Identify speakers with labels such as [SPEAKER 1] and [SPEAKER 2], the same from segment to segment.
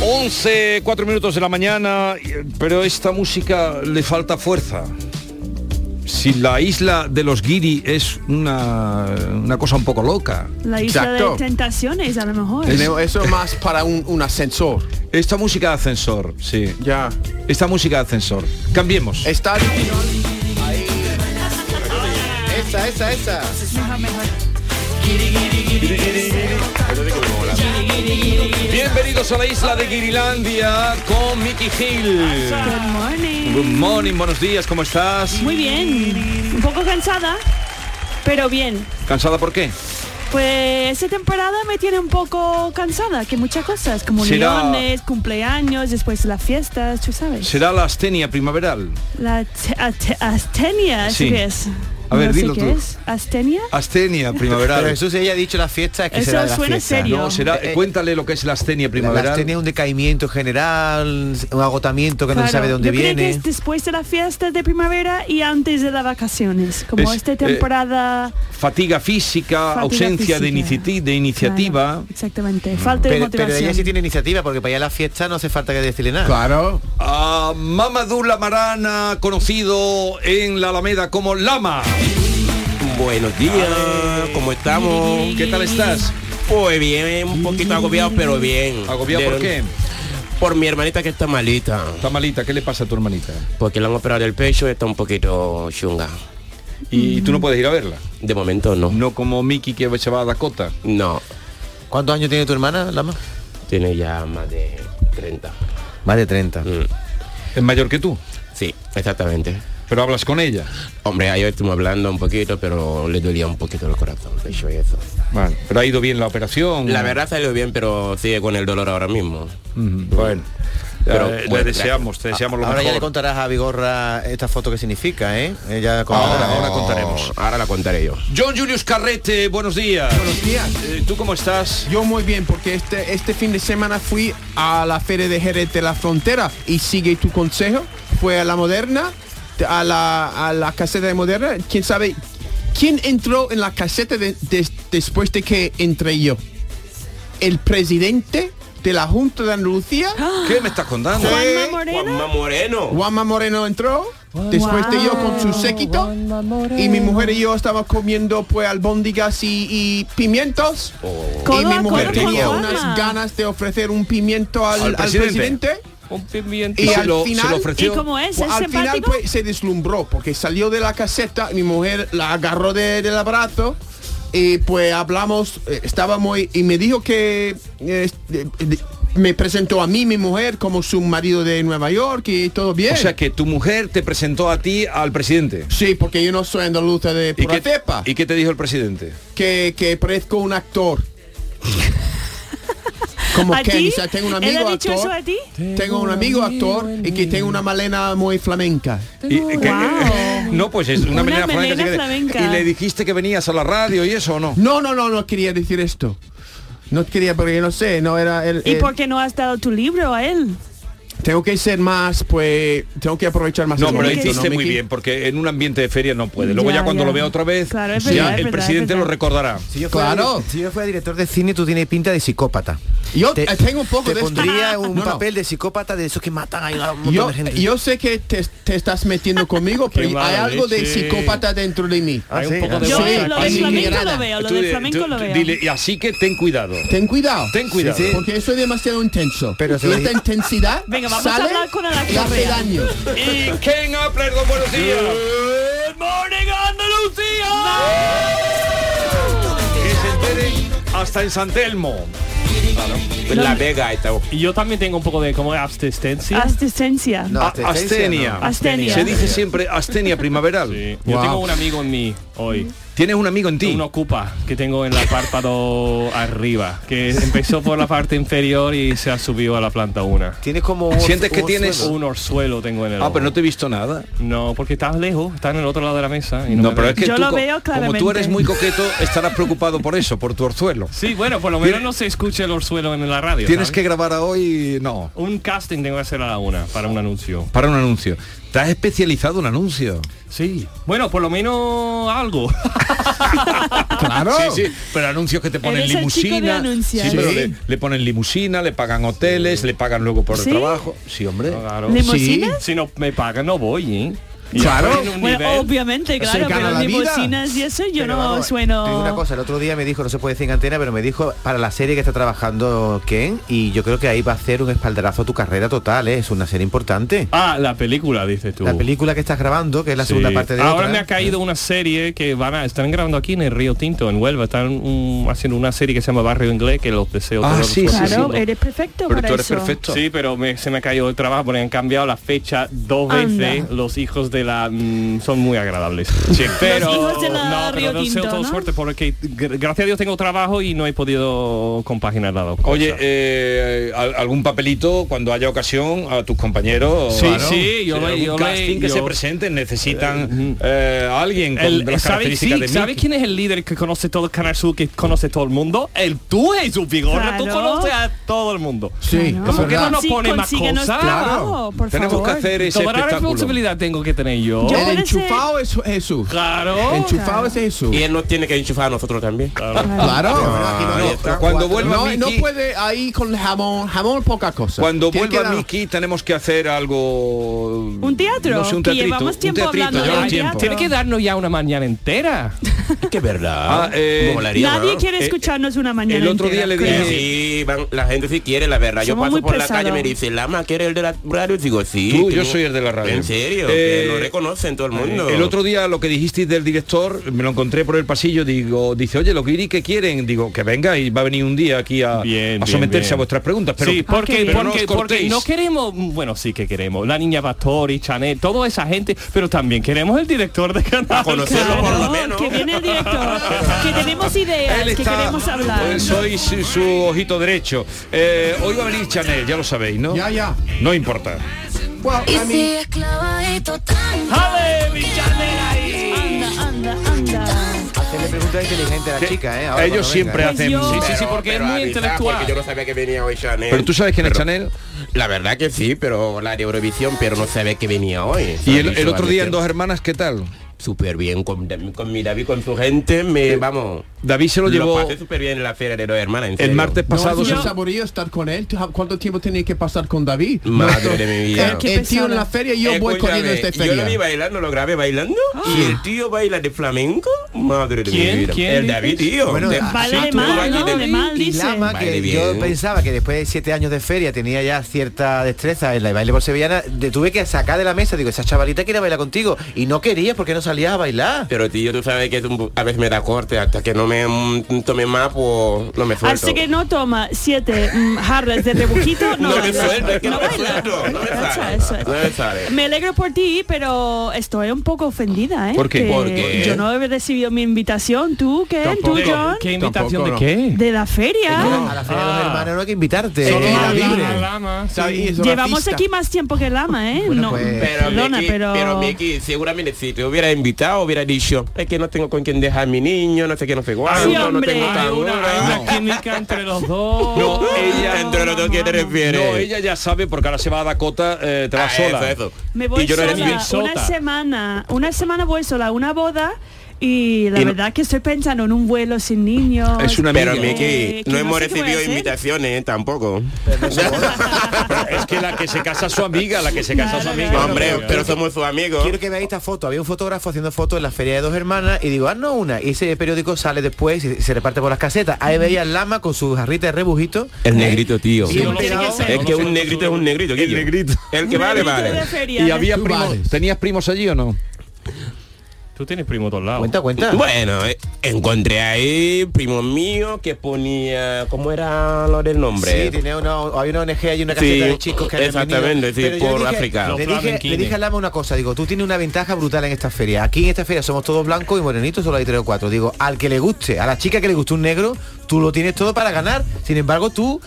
[SPEAKER 1] Once, cuatro minutos de la mañana, pero esta música le falta fuerza. Si la isla de los guiri es una, una cosa un poco loca.
[SPEAKER 2] La isla de tentaciones, a lo mejor.
[SPEAKER 3] Tenemos- Eso es más para un, un ascensor.
[SPEAKER 1] Esta música de ascensor, sí.
[SPEAKER 3] Ya.
[SPEAKER 1] Esta música de ascensor. Cambiemos.
[SPEAKER 3] Está Ahí. Esa, esa, esa.
[SPEAKER 1] Bienvenidos a la isla de Guirilandia con Mickey Hill.
[SPEAKER 2] Good morning.
[SPEAKER 1] Good morning, buenos días, ¿cómo estás?
[SPEAKER 2] Muy bien. Un poco cansada, pero bien.
[SPEAKER 1] ¿Cansada por qué?
[SPEAKER 2] Pues esta temporada me tiene un poco cansada, que muchas cosas, como
[SPEAKER 1] Será-
[SPEAKER 2] leones, cumpleaños, después las fiestas, tú sabes.
[SPEAKER 1] ¿Será la astenia primaveral?
[SPEAKER 2] La te- ate- astenia, ¿eso
[SPEAKER 1] Sí.
[SPEAKER 2] qué es?
[SPEAKER 1] A ver,
[SPEAKER 2] no sé
[SPEAKER 1] dilo
[SPEAKER 2] qué
[SPEAKER 1] tú.
[SPEAKER 2] es. ¿Astenia?
[SPEAKER 1] Astenia
[SPEAKER 4] Pero
[SPEAKER 1] primaveral.
[SPEAKER 4] Jesús ella ha dicho la fiesta es que
[SPEAKER 2] Eso
[SPEAKER 4] será de la
[SPEAKER 2] suena
[SPEAKER 4] fiesta.
[SPEAKER 2] serio.
[SPEAKER 1] No, será,
[SPEAKER 4] Eh, eh,
[SPEAKER 1] cuéntale lo que es la astenia
[SPEAKER 4] La-
[SPEAKER 1] primaveral.
[SPEAKER 4] las tenía un decaimiento general, un agotamiento que no se
[SPEAKER 2] Claro,
[SPEAKER 4] sabe de dónde
[SPEAKER 2] yo creo que
[SPEAKER 4] viene.
[SPEAKER 2] es después de la fiesta de primavera y antes de las vacaciones, como
[SPEAKER 1] Es,
[SPEAKER 2] esta
[SPEAKER 1] eh,
[SPEAKER 2] temporada...
[SPEAKER 1] Fatiga física,
[SPEAKER 2] Fatiga
[SPEAKER 1] ausencia de,
[SPEAKER 2] física.
[SPEAKER 1] iniciati- de iniciativa.
[SPEAKER 2] Claro, exactamente, falta de
[SPEAKER 4] Pero, pero
[SPEAKER 2] motivación.
[SPEAKER 4] ella sí tiene iniciativa, porque para allá la fiesta no hace falta que decirle nada.
[SPEAKER 3] Claro.
[SPEAKER 1] a Mamadou Lamarana, conocido en la Alameda como Lama.
[SPEAKER 5] Buenos días, ¿cómo estamos?
[SPEAKER 1] ¿Qué tal estás?
[SPEAKER 5] Pues bien, un poquito agobiado, pero bien.
[SPEAKER 1] ¿Agobiado por
[SPEAKER 5] De-
[SPEAKER 1] qué?
[SPEAKER 5] Por mi hermanita que está malita,
[SPEAKER 1] Está malita, ¿qué le pasa a tu hermanita?
[SPEAKER 5] porque le han operado el pecho y está un poquito chunga.
[SPEAKER 1] Y tú no puedes ir a verla.
[SPEAKER 5] De momento no.
[SPEAKER 1] No como Mickey que se va a Dakota.
[SPEAKER 5] No,
[SPEAKER 4] ¿Cuántos años tiene tu hermana, Lama?
[SPEAKER 1] Eh,
[SPEAKER 5] tiene ya más de 30.
[SPEAKER 4] Más de 30.
[SPEAKER 5] Mm,
[SPEAKER 1] Es mayor que tú,
[SPEAKER 5] Sí, exactamente.
[SPEAKER 1] pero hablas con ella.
[SPEAKER 5] Hombre, ayer estuvimos hablando un poquito, pero le dolía un poquito el corazón, el pecho y eso.
[SPEAKER 1] Vale, pero ha ido bien la operación.
[SPEAKER 5] La verdad salió bien, pero sigue con el dolor ahora mismo. Mm.
[SPEAKER 1] Ujú, Bueno,
[SPEAKER 5] Pero,
[SPEAKER 1] Eh, le
[SPEAKER 5] bueno,
[SPEAKER 1] deseamos, te deseamos lo
[SPEAKER 4] Ahora ya le
[SPEAKER 1] mejor.
[SPEAKER 4] contarás a Vigorra esta foto que significa, ¿eh? Ella
[SPEAKER 1] Ahora,
[SPEAKER 4] contará, ¿eh?
[SPEAKER 1] ahora contaremos.
[SPEAKER 5] Ahora la contaré yo.
[SPEAKER 1] John Julius Carrete, buenos días.
[SPEAKER 3] Buenos días.
[SPEAKER 1] Eh, ¿Tú cómo estás?
[SPEAKER 3] Yo muy bien, porque este, este fin de semana fui a la Feria de Jerez de la Frontera y sigue tu consejo. Fue a la Moderna, a la, a la caseta de Moderna. ¿Quién sabe quién entró en la caseta de- des- después de que entré yo? El presidente de la Junta de Andalucía,
[SPEAKER 1] ¿Qué me estás contando?
[SPEAKER 3] Sí.
[SPEAKER 2] Juanma
[SPEAKER 3] Eh,
[SPEAKER 2] Moreno.
[SPEAKER 5] Juanma Moreno.
[SPEAKER 3] Juanma Moreno entró. Después de yo con su séquito y mi mujer y yo estábamos comiendo pues albóndigas y, y pimientos
[SPEAKER 2] Oh. Codo
[SPEAKER 3] y mi
[SPEAKER 2] a
[SPEAKER 3] mujer
[SPEAKER 2] codo con
[SPEAKER 3] tenía
[SPEAKER 2] Juanma.
[SPEAKER 3] unas ganas de ofrecer un pimiento al, al presidente.
[SPEAKER 1] Un pimiento.
[SPEAKER 3] Y
[SPEAKER 1] se,
[SPEAKER 3] al
[SPEAKER 1] lo, se
[SPEAKER 3] final-
[SPEAKER 1] lo
[SPEAKER 2] ¿Y
[SPEAKER 1] ofreció.
[SPEAKER 2] cómo es?
[SPEAKER 3] Pues,
[SPEAKER 2] ¿Es
[SPEAKER 3] al final
[SPEAKER 2] simpático?
[SPEAKER 3] pues se deslumbró porque salió de la caseta, mi mujer la agarró de- del abrazo y pues hablamos, eh, estaba muy y me dijo que eh, de- de- me presentó a mí mi mujer como su marido de Nueva York y todo bien.
[SPEAKER 1] O sea que tu mujer te presentó a ti al presidente.
[SPEAKER 3] sí, porque yo no soy andaluza de
[SPEAKER 1] ¿Y qué,
[SPEAKER 3] pura cepa,
[SPEAKER 1] ¿Y qué te dijo el presidente?
[SPEAKER 3] que, que parezco un actor. Como
[SPEAKER 2] ¿A
[SPEAKER 3] que
[SPEAKER 2] ti?
[SPEAKER 3] dice, tengo un
[SPEAKER 2] ¿Él ha
[SPEAKER 3] amigo
[SPEAKER 2] dicho eso
[SPEAKER 3] actor.
[SPEAKER 2] a ti?
[SPEAKER 3] Tengo un amigo actor y que tengo una melena muy flamenca.
[SPEAKER 1] Y- eh, que-
[SPEAKER 2] Wow.
[SPEAKER 1] no, pues es una,
[SPEAKER 2] Una
[SPEAKER 1] melena flamenca,
[SPEAKER 2] melena
[SPEAKER 1] sí que-
[SPEAKER 2] flamenca.
[SPEAKER 1] Y le dijiste que venías a la radio y eso o no.
[SPEAKER 3] No, no, no, no quería decir esto. No quería, porque no sé, no era el...
[SPEAKER 1] Eh,
[SPEAKER 2] ¿Y
[SPEAKER 3] el-
[SPEAKER 2] por qué no has dado tu libro a él?
[SPEAKER 3] Tengo que ser más, pues... Tengo que aprovechar más
[SPEAKER 1] No,
[SPEAKER 3] el
[SPEAKER 1] pero
[SPEAKER 3] momento,
[SPEAKER 1] hiciste
[SPEAKER 3] ¿no,
[SPEAKER 1] muy
[SPEAKER 3] Miki?
[SPEAKER 1] bien, porque en un ambiente de feria no puede. Luego ya,
[SPEAKER 2] Ya,
[SPEAKER 1] cuando
[SPEAKER 2] ya.
[SPEAKER 1] lo vea otra vez,
[SPEAKER 2] Claro, es
[SPEAKER 1] ya
[SPEAKER 2] verdad, es
[SPEAKER 1] el
[SPEAKER 2] verdad,
[SPEAKER 1] presidente
[SPEAKER 2] es
[SPEAKER 1] lo
[SPEAKER 2] verdad.
[SPEAKER 1] recordará.
[SPEAKER 4] Si yo, fuera
[SPEAKER 3] Claro.
[SPEAKER 4] dire- si yo fuera director de cine, tú tienes pinta de psicópata.
[SPEAKER 3] Yo eh, tengo un poco
[SPEAKER 4] te
[SPEAKER 3] de esto.
[SPEAKER 4] pondría un
[SPEAKER 3] No, no.
[SPEAKER 4] papel de psicópata de esos que matan a un montón
[SPEAKER 3] Yo,
[SPEAKER 4] de gente.
[SPEAKER 3] yo sé que te, te estás metiendo conmigo,
[SPEAKER 1] Qué
[SPEAKER 3] pero hay
[SPEAKER 1] mala
[SPEAKER 3] algo de
[SPEAKER 1] leche.
[SPEAKER 3] psicópata dentro de mí.
[SPEAKER 4] Ah, sí, ah,
[SPEAKER 2] Yo
[SPEAKER 3] Sí,
[SPEAKER 2] eh, lo
[SPEAKER 3] a
[SPEAKER 2] del
[SPEAKER 3] mí
[SPEAKER 2] flamenco
[SPEAKER 3] nada.
[SPEAKER 2] lo veo, lo
[SPEAKER 1] Tú
[SPEAKER 2] del
[SPEAKER 1] de-
[SPEAKER 2] flamenco
[SPEAKER 1] tú-
[SPEAKER 2] lo
[SPEAKER 1] tú-
[SPEAKER 2] veo.
[SPEAKER 1] dile, y así que ten cuidado.
[SPEAKER 3] Ten cuidado.
[SPEAKER 1] Ten cuidado.
[SPEAKER 4] sí.
[SPEAKER 3] Porque soy demasiado intenso.
[SPEAKER 4] Pero se
[SPEAKER 3] y
[SPEAKER 4] lo
[SPEAKER 3] esta
[SPEAKER 4] dije-
[SPEAKER 3] intensidad
[SPEAKER 2] Venga, vamos a
[SPEAKER 3] sale
[SPEAKER 2] hablar con Ana
[SPEAKER 3] y hace
[SPEAKER 2] Correa.
[SPEAKER 3] daño.
[SPEAKER 1] Y Ken Apler, don buenos días. Good morning, Andalucía. Que se enteren hasta en San Telmo. Pues
[SPEAKER 5] La Vega está
[SPEAKER 6] Y yo también tengo un poco de como de abstinencia.
[SPEAKER 2] Abstinencia.
[SPEAKER 4] No,
[SPEAKER 1] A-
[SPEAKER 4] te- te dice,
[SPEAKER 1] Astenia.
[SPEAKER 4] no.
[SPEAKER 2] Astenia.
[SPEAKER 1] Se dice siempre astenia primaveral.
[SPEAKER 6] Sí. Yo
[SPEAKER 3] Wow.
[SPEAKER 6] tengo un amigo en mí hoy
[SPEAKER 1] Tienes un amigo en ti.
[SPEAKER 6] Una ocupa que tengo en el párpado arriba, que empezó por la parte inferior y se ha subido a la planta una.
[SPEAKER 4] Tienes como un,
[SPEAKER 1] Sientes que
[SPEAKER 4] un
[SPEAKER 1] tienes-
[SPEAKER 4] suelo.
[SPEAKER 6] Un orzuelo tengo en el
[SPEAKER 1] Ah,
[SPEAKER 6] ojo.
[SPEAKER 1] pero no te he visto nada.
[SPEAKER 6] No, porque estás lejos, estás en el otro lado de la mesa. y
[SPEAKER 1] No,
[SPEAKER 6] no me
[SPEAKER 1] pero es
[SPEAKER 6] ves.
[SPEAKER 1] que
[SPEAKER 2] Yo
[SPEAKER 1] tú,
[SPEAKER 2] lo
[SPEAKER 1] co-
[SPEAKER 2] veo
[SPEAKER 1] como tú
[SPEAKER 2] claramente.
[SPEAKER 1] eres muy coqueto, estarás preocupado por eso, por tu orzuelo.
[SPEAKER 6] Sí, bueno, por lo menos no se escucha el orzuelo en la radio.
[SPEAKER 1] Tienes que
[SPEAKER 6] ¿sabes?
[SPEAKER 1] grabar a hoy, no,
[SPEAKER 6] Un casting tengo que hacer a la una para un anuncio.
[SPEAKER 1] para un anuncio. Te has especializado en anuncio.
[SPEAKER 6] Sí. Bueno, por lo menos ah, algo.
[SPEAKER 1] Claro. Sí, sí, pero anuncios que te ponen
[SPEAKER 2] Eres el chico de
[SPEAKER 1] limusina.
[SPEAKER 2] anuncios.
[SPEAKER 1] Sí, pero
[SPEAKER 3] Sí.
[SPEAKER 1] le, le ponen limusina, le pagan hoteles, le pagan luego por
[SPEAKER 2] ¿Sí?
[SPEAKER 1] el trabajo. Sí, hombre.
[SPEAKER 6] Claro.
[SPEAKER 2] ¿Limosinas?
[SPEAKER 6] Si no me pagan, no voy, ¿eh? Y
[SPEAKER 3] Claro.
[SPEAKER 6] estoy en un
[SPEAKER 2] Bueno,
[SPEAKER 6] nivel-
[SPEAKER 2] obviamente, claro,
[SPEAKER 3] gana
[SPEAKER 2] pero
[SPEAKER 3] la vida.
[SPEAKER 2] limosinas y eso yo
[SPEAKER 4] Pero
[SPEAKER 2] no
[SPEAKER 4] vamos,
[SPEAKER 2] sueno...
[SPEAKER 4] te digo una cosa, el otro día me dijo, no se puede decir en antena, pero me dijo para la serie que está trabajando Ken y yo creo que ahí va a hacer un espaldarazo a tu carrera total, ¿eh? es una serie importante.
[SPEAKER 6] Ah, la película, dices tú.
[SPEAKER 4] La película que estás grabando, que es la segunda
[SPEAKER 6] Sí.
[SPEAKER 4] parte de
[SPEAKER 6] Ahora
[SPEAKER 4] otra.
[SPEAKER 6] me ha caído una serie que van a están grabando aquí en el Río Tinto, en Huelva. Están mm, haciendo una serie que se llama Barrio Inglés, que los deseo
[SPEAKER 1] Ah,
[SPEAKER 6] todos
[SPEAKER 1] sí,
[SPEAKER 6] los
[SPEAKER 1] sí,
[SPEAKER 2] Claro,
[SPEAKER 6] futuros.
[SPEAKER 2] eres perfecto
[SPEAKER 1] Pero
[SPEAKER 2] para
[SPEAKER 1] tú eres
[SPEAKER 2] eso.
[SPEAKER 1] perfecto.
[SPEAKER 6] Sí, pero me- se me ha caído el trabajo porque han cambiado la fecha dos
[SPEAKER 2] Anda.
[SPEAKER 6] veces. Los hijos de la mm, son muy agradables. Sí, pero
[SPEAKER 2] hijos de la
[SPEAKER 6] no,
[SPEAKER 2] Río
[SPEAKER 6] pero deseo
[SPEAKER 2] Tinto,
[SPEAKER 6] toda
[SPEAKER 2] ¿no?
[SPEAKER 6] suerte porque gr- gracias a Dios tengo trabajo y no he podido compaginar nada.
[SPEAKER 1] Oye, eh, al- algún papelito cuando haya ocasión a tus compañeros.
[SPEAKER 6] Sí, sí, yo lo-
[SPEAKER 1] algún
[SPEAKER 6] yo lo-
[SPEAKER 1] casting que
[SPEAKER 6] yo-
[SPEAKER 1] se presenten necesitan eh, a alguien con
[SPEAKER 6] El- ¿sabes,
[SPEAKER 1] las
[SPEAKER 6] sí,
[SPEAKER 1] características de
[SPEAKER 6] ¿Sabes
[SPEAKER 1] Mickey.
[SPEAKER 6] quién es el líder que conoce todo el Canal Sur, que conoce todo el mundo? El tú, Jesús Vigorra, tú
[SPEAKER 2] Claro.
[SPEAKER 6] conoces a todo el mundo.
[SPEAKER 2] Claro.
[SPEAKER 3] Sí, es
[SPEAKER 6] ¿Por qué no
[SPEAKER 3] verdad.
[SPEAKER 6] nos
[SPEAKER 2] Sí,
[SPEAKER 6] pone más
[SPEAKER 2] consíguenos
[SPEAKER 6] cosas?
[SPEAKER 2] trabajo, por
[SPEAKER 1] Tenemos
[SPEAKER 2] favor.
[SPEAKER 1] que hacer ese
[SPEAKER 6] Toda la
[SPEAKER 1] espectáculo.
[SPEAKER 6] responsabilidad tengo que tener yo. ¿Eh?
[SPEAKER 2] Yo-
[SPEAKER 3] El
[SPEAKER 2] Puede ser-
[SPEAKER 3] enchufado es Jesús.
[SPEAKER 6] Claro.
[SPEAKER 3] Enchufado es Jesús.
[SPEAKER 5] Y él nos tiene que enchufar a nosotros también. Ah,
[SPEAKER 3] Claro. Ah,
[SPEAKER 5] Ahí está.
[SPEAKER 1] Cuando vuelva
[SPEAKER 3] No, no
[SPEAKER 1] Mickey-
[SPEAKER 3] puede ahí con jamón, jamón poca cosa.
[SPEAKER 1] Cuando
[SPEAKER 3] Tiene que
[SPEAKER 1] vuelva
[SPEAKER 3] dar-
[SPEAKER 1] Miki tenemos que hacer algo...
[SPEAKER 2] Un teatro,
[SPEAKER 1] No sé, un
[SPEAKER 2] que
[SPEAKER 1] teatrito.
[SPEAKER 2] llevamos
[SPEAKER 1] un
[SPEAKER 2] tiempo
[SPEAKER 1] teatrito,
[SPEAKER 2] hablando
[SPEAKER 1] lleva
[SPEAKER 2] del
[SPEAKER 1] tiempo.
[SPEAKER 2] teatro.
[SPEAKER 6] Tiene que darnos ya una mañana entera.
[SPEAKER 5] Qué verdad.
[SPEAKER 1] Ah, eh,
[SPEAKER 5] Molaría,
[SPEAKER 2] Nadie
[SPEAKER 5] ¿no?
[SPEAKER 2] quiere
[SPEAKER 1] Eh,
[SPEAKER 2] escucharnos una mañana
[SPEAKER 1] el otro día
[SPEAKER 2] entera,
[SPEAKER 1] le
[SPEAKER 2] creo.
[SPEAKER 5] Eh,
[SPEAKER 1] dije-
[SPEAKER 5] sí, van- la gente sí quiere, la verdad. Yo
[SPEAKER 2] Somos
[SPEAKER 5] paso
[SPEAKER 2] muy
[SPEAKER 5] por la
[SPEAKER 2] pesados.
[SPEAKER 5] calle y me dice, Lama, ¿quiere el de la radio? Y digo, sí.
[SPEAKER 1] Tú,
[SPEAKER 5] que
[SPEAKER 1] yo
[SPEAKER 5] no-
[SPEAKER 1] soy el de la radio.
[SPEAKER 5] En serio,
[SPEAKER 1] Eh,
[SPEAKER 5] que lo reconocen todo el mundo.
[SPEAKER 1] El otro día lo que dijisteis del director, me lo encontré por el pasillo, digo, dice, oye, los guiri que quieren, digo, que venga y va a venir un día aquí a,
[SPEAKER 6] Bien,
[SPEAKER 1] a
[SPEAKER 6] bien,
[SPEAKER 1] someterse
[SPEAKER 6] bien.
[SPEAKER 1] a vuestras preguntas. Pero, Ah,
[SPEAKER 6] sí, porque,
[SPEAKER 1] pero no os
[SPEAKER 6] porque, porque
[SPEAKER 1] cortéis.
[SPEAKER 6] no queremos, bueno, sí que queremos, la niña Batori, Chanel, toda esa gente, pero también queremos el director de canal.
[SPEAKER 5] conocerlo
[SPEAKER 6] Claro.
[SPEAKER 5] por lo
[SPEAKER 2] Claro,
[SPEAKER 5] menos.
[SPEAKER 2] que viene el director, que tenemos ideas,
[SPEAKER 1] Él
[SPEAKER 2] que
[SPEAKER 1] está-
[SPEAKER 2] queremos hablar.
[SPEAKER 1] eh, soy su, su ojito derecho. Eh, hoy va a venir Chanel, ya lo sabéis, ¿no?
[SPEAKER 3] Ya, ya.
[SPEAKER 1] No importa.
[SPEAKER 3] Well, I mean-
[SPEAKER 6] ¡Ale, mi Chanel ahí!
[SPEAKER 2] Anda, anda, anda.
[SPEAKER 4] Hacerle preguntas inteligentes a la
[SPEAKER 1] Que
[SPEAKER 4] chica, ¿eh? Ahora
[SPEAKER 1] ellos
[SPEAKER 4] cuando
[SPEAKER 1] siempre
[SPEAKER 4] venga.
[SPEAKER 1] hacen...
[SPEAKER 2] Yo-
[SPEAKER 6] Sí, sí,
[SPEAKER 5] Pero-
[SPEAKER 6] sí, porque es
[SPEAKER 5] pero
[SPEAKER 6] muy
[SPEAKER 5] avisa,
[SPEAKER 6] intelectual.
[SPEAKER 5] porque yo no sabía que venía hoy Chanel.
[SPEAKER 1] Pero tú sabes quién es
[SPEAKER 5] Pero-
[SPEAKER 1] Chanel.
[SPEAKER 5] La verdad que sí, pero la de Eurovisión, pero no sabía que venía hoy.
[SPEAKER 1] Y el, el otro día en Dos Hermanas, ¿qué tal?
[SPEAKER 5] Súper bien, con, con mi David, con su gente, me, vamos...
[SPEAKER 1] Eh, David se lo
[SPEAKER 5] Lo,
[SPEAKER 1] llevó
[SPEAKER 5] pasé súper bien en la feria de Dos Hermanas, en
[SPEAKER 1] el
[SPEAKER 5] serio.
[SPEAKER 1] martes pasado.
[SPEAKER 3] No, es
[SPEAKER 1] se-
[SPEAKER 3] un saborío estar con él. ¿Tú- ¿Cuánto tiempo tenía que pasar con David?
[SPEAKER 5] Madre
[SPEAKER 3] Nuestro-
[SPEAKER 5] de mi vida.
[SPEAKER 3] El-
[SPEAKER 2] Qué
[SPEAKER 3] El, tío en
[SPEAKER 2] pesada.
[SPEAKER 3] la feria y yo
[SPEAKER 1] Eh,
[SPEAKER 3] voy
[SPEAKER 5] Escúchame,
[SPEAKER 3] corriendo a esta
[SPEAKER 5] Yo lo vi
[SPEAKER 3] feria.
[SPEAKER 5] bailando, lo grabé bailando y el tío baila de flamenco. Madre de mi
[SPEAKER 6] ¿Quién?
[SPEAKER 5] vida.
[SPEAKER 6] ¿Quién
[SPEAKER 5] El David,
[SPEAKER 6] dices?
[SPEAKER 5] tío.
[SPEAKER 4] Bueno,
[SPEAKER 5] de,
[SPEAKER 2] Vale
[SPEAKER 5] sí,
[SPEAKER 2] de
[SPEAKER 5] tú
[SPEAKER 2] mal,
[SPEAKER 5] bailas
[SPEAKER 2] ¿no?
[SPEAKER 5] de-
[SPEAKER 2] De mal,
[SPEAKER 4] Y
[SPEAKER 2] dice.
[SPEAKER 4] Lama,
[SPEAKER 5] Baile
[SPEAKER 4] que
[SPEAKER 5] bien.
[SPEAKER 4] yo pensaba que después de siete años de feria tenía ya cierta destreza en la baile por sevillana, le tuve que sacar de la mesa, digo, esa chavalita quiere bailar contigo y no quería porque no salías a bailar.
[SPEAKER 5] Pero tío, tú sabes que es un po- a veces me da corte hasta que no me mm, tome más, pues no me suelto.
[SPEAKER 2] Así que no toma siete mm, jarras de rebujito, no,
[SPEAKER 5] No me
[SPEAKER 2] baila.
[SPEAKER 5] suelto, es que no me
[SPEAKER 2] baila.
[SPEAKER 5] suelto, no me
[SPEAKER 2] Eso,
[SPEAKER 5] sale.
[SPEAKER 2] eso es.
[SPEAKER 5] No me sale.
[SPEAKER 2] Me alegro por ti, pero estoy un poco ofendida, ¿eh?
[SPEAKER 1] ¿Por qué?
[SPEAKER 2] Que
[SPEAKER 5] ¿Por qué?
[SPEAKER 2] Yo no he recibido mi invitación, ¿tú, qué?
[SPEAKER 3] Tampoco.
[SPEAKER 2] ¿Tú,
[SPEAKER 6] ¿Qué,
[SPEAKER 2] John?
[SPEAKER 6] qué invitación
[SPEAKER 3] Tampoco,
[SPEAKER 6] de
[SPEAKER 3] no.
[SPEAKER 6] qué? Ah.
[SPEAKER 2] De la feria.
[SPEAKER 4] A la feria de los hermanos no hay que invitarte.
[SPEAKER 3] Solo
[SPEAKER 4] Eh,
[SPEAKER 3] la
[SPEAKER 4] David.
[SPEAKER 3] libre.
[SPEAKER 6] La lama, sí.
[SPEAKER 3] David es
[SPEAKER 2] Llevamos
[SPEAKER 3] racista.
[SPEAKER 2] aquí más tiempo que Lama, ¿eh?
[SPEAKER 4] Bueno,
[SPEAKER 2] no,
[SPEAKER 4] pues-
[SPEAKER 5] Pero
[SPEAKER 2] perdona,
[SPEAKER 5] Miki,
[SPEAKER 2] pero...
[SPEAKER 5] pero Miki, seguramente si te hubiera invitado hubiera dicho, es que no tengo con quién dejar a mi niño, no sé qué, no sé cuánto, Ah, no
[SPEAKER 2] hombre.
[SPEAKER 5] tengo
[SPEAKER 6] Hay
[SPEAKER 5] tan
[SPEAKER 6] una, hay una
[SPEAKER 5] hora".
[SPEAKER 6] química entre los dos.
[SPEAKER 1] No, ella-
[SPEAKER 5] entre los dos, ¿qué te refieres?
[SPEAKER 1] No, ella ya sabe porque ahora se va a Dakota, eh, te va
[SPEAKER 5] Ah,
[SPEAKER 1] sola.
[SPEAKER 5] eso, eso.
[SPEAKER 2] Me voy
[SPEAKER 5] Y yo no
[SPEAKER 2] sola,
[SPEAKER 5] eres bien
[SPEAKER 2] una
[SPEAKER 6] sota.
[SPEAKER 2] semana, una semana voy sola, a una boda y la
[SPEAKER 5] Y no-
[SPEAKER 2] verdad que estoy pensando en un vuelo sin niños.
[SPEAKER 1] Es una
[SPEAKER 5] Pero
[SPEAKER 1] Miki,
[SPEAKER 5] Miki,
[SPEAKER 2] que
[SPEAKER 5] no hemos
[SPEAKER 2] sé qué voy a
[SPEAKER 5] recibido
[SPEAKER 2] hacer.
[SPEAKER 5] invitaciones eh, tampoco.
[SPEAKER 1] Pero es que la que se casa es su amiga, la que se casa es su amiga.
[SPEAKER 5] Hombre, pero somos sus amigos.
[SPEAKER 4] Quiero que veáis esta foto. Había un fotógrafo haciendo fotos en la feria de dos hermanas y digo, ah, no, una. Y ese periódico sale después y se reparte por las casetas. Ahí veía al lama con su jarrita de rebujito.
[SPEAKER 5] El negrito, tío.
[SPEAKER 4] Sí, hombre.
[SPEAKER 6] tiene ser,
[SPEAKER 5] Es
[SPEAKER 6] no
[SPEAKER 5] que
[SPEAKER 6] sé, no
[SPEAKER 5] un negrito
[SPEAKER 6] sé.
[SPEAKER 5] es un negrito, Guillo.
[SPEAKER 1] negrito.
[SPEAKER 5] El que
[SPEAKER 2] Un
[SPEAKER 5] vale,
[SPEAKER 2] evento de
[SPEAKER 5] vale.
[SPEAKER 2] feria,
[SPEAKER 1] Y
[SPEAKER 2] ¿no?
[SPEAKER 1] había
[SPEAKER 3] Tú
[SPEAKER 1] primos,
[SPEAKER 3] vales.
[SPEAKER 1] ¿tenías primos allí o no?
[SPEAKER 6] Tú tienes primo a todos lados.
[SPEAKER 4] Cuenta, cuenta.
[SPEAKER 5] Bueno, eh, encontré ahí primo mío que ponía, ¿cómo era lo del nombre?
[SPEAKER 4] Sí, tiene una, hay una ONG, hay una caseta
[SPEAKER 5] Sí,
[SPEAKER 4] de chicos que han
[SPEAKER 5] exactamente, sí, por África.
[SPEAKER 4] Le
[SPEAKER 6] Los
[SPEAKER 4] dije,
[SPEAKER 6] flamenquines.
[SPEAKER 4] le dije al Lama una cosa, digo, tú tienes una ventaja brutal en esta feria. Aquí en esta feria somos todos blancos y morenitos, solo hay tres o cuatro. Digo, al que le guste, a la chica que le guste un negro, tú lo tienes todo para ganar. Sin embargo, tú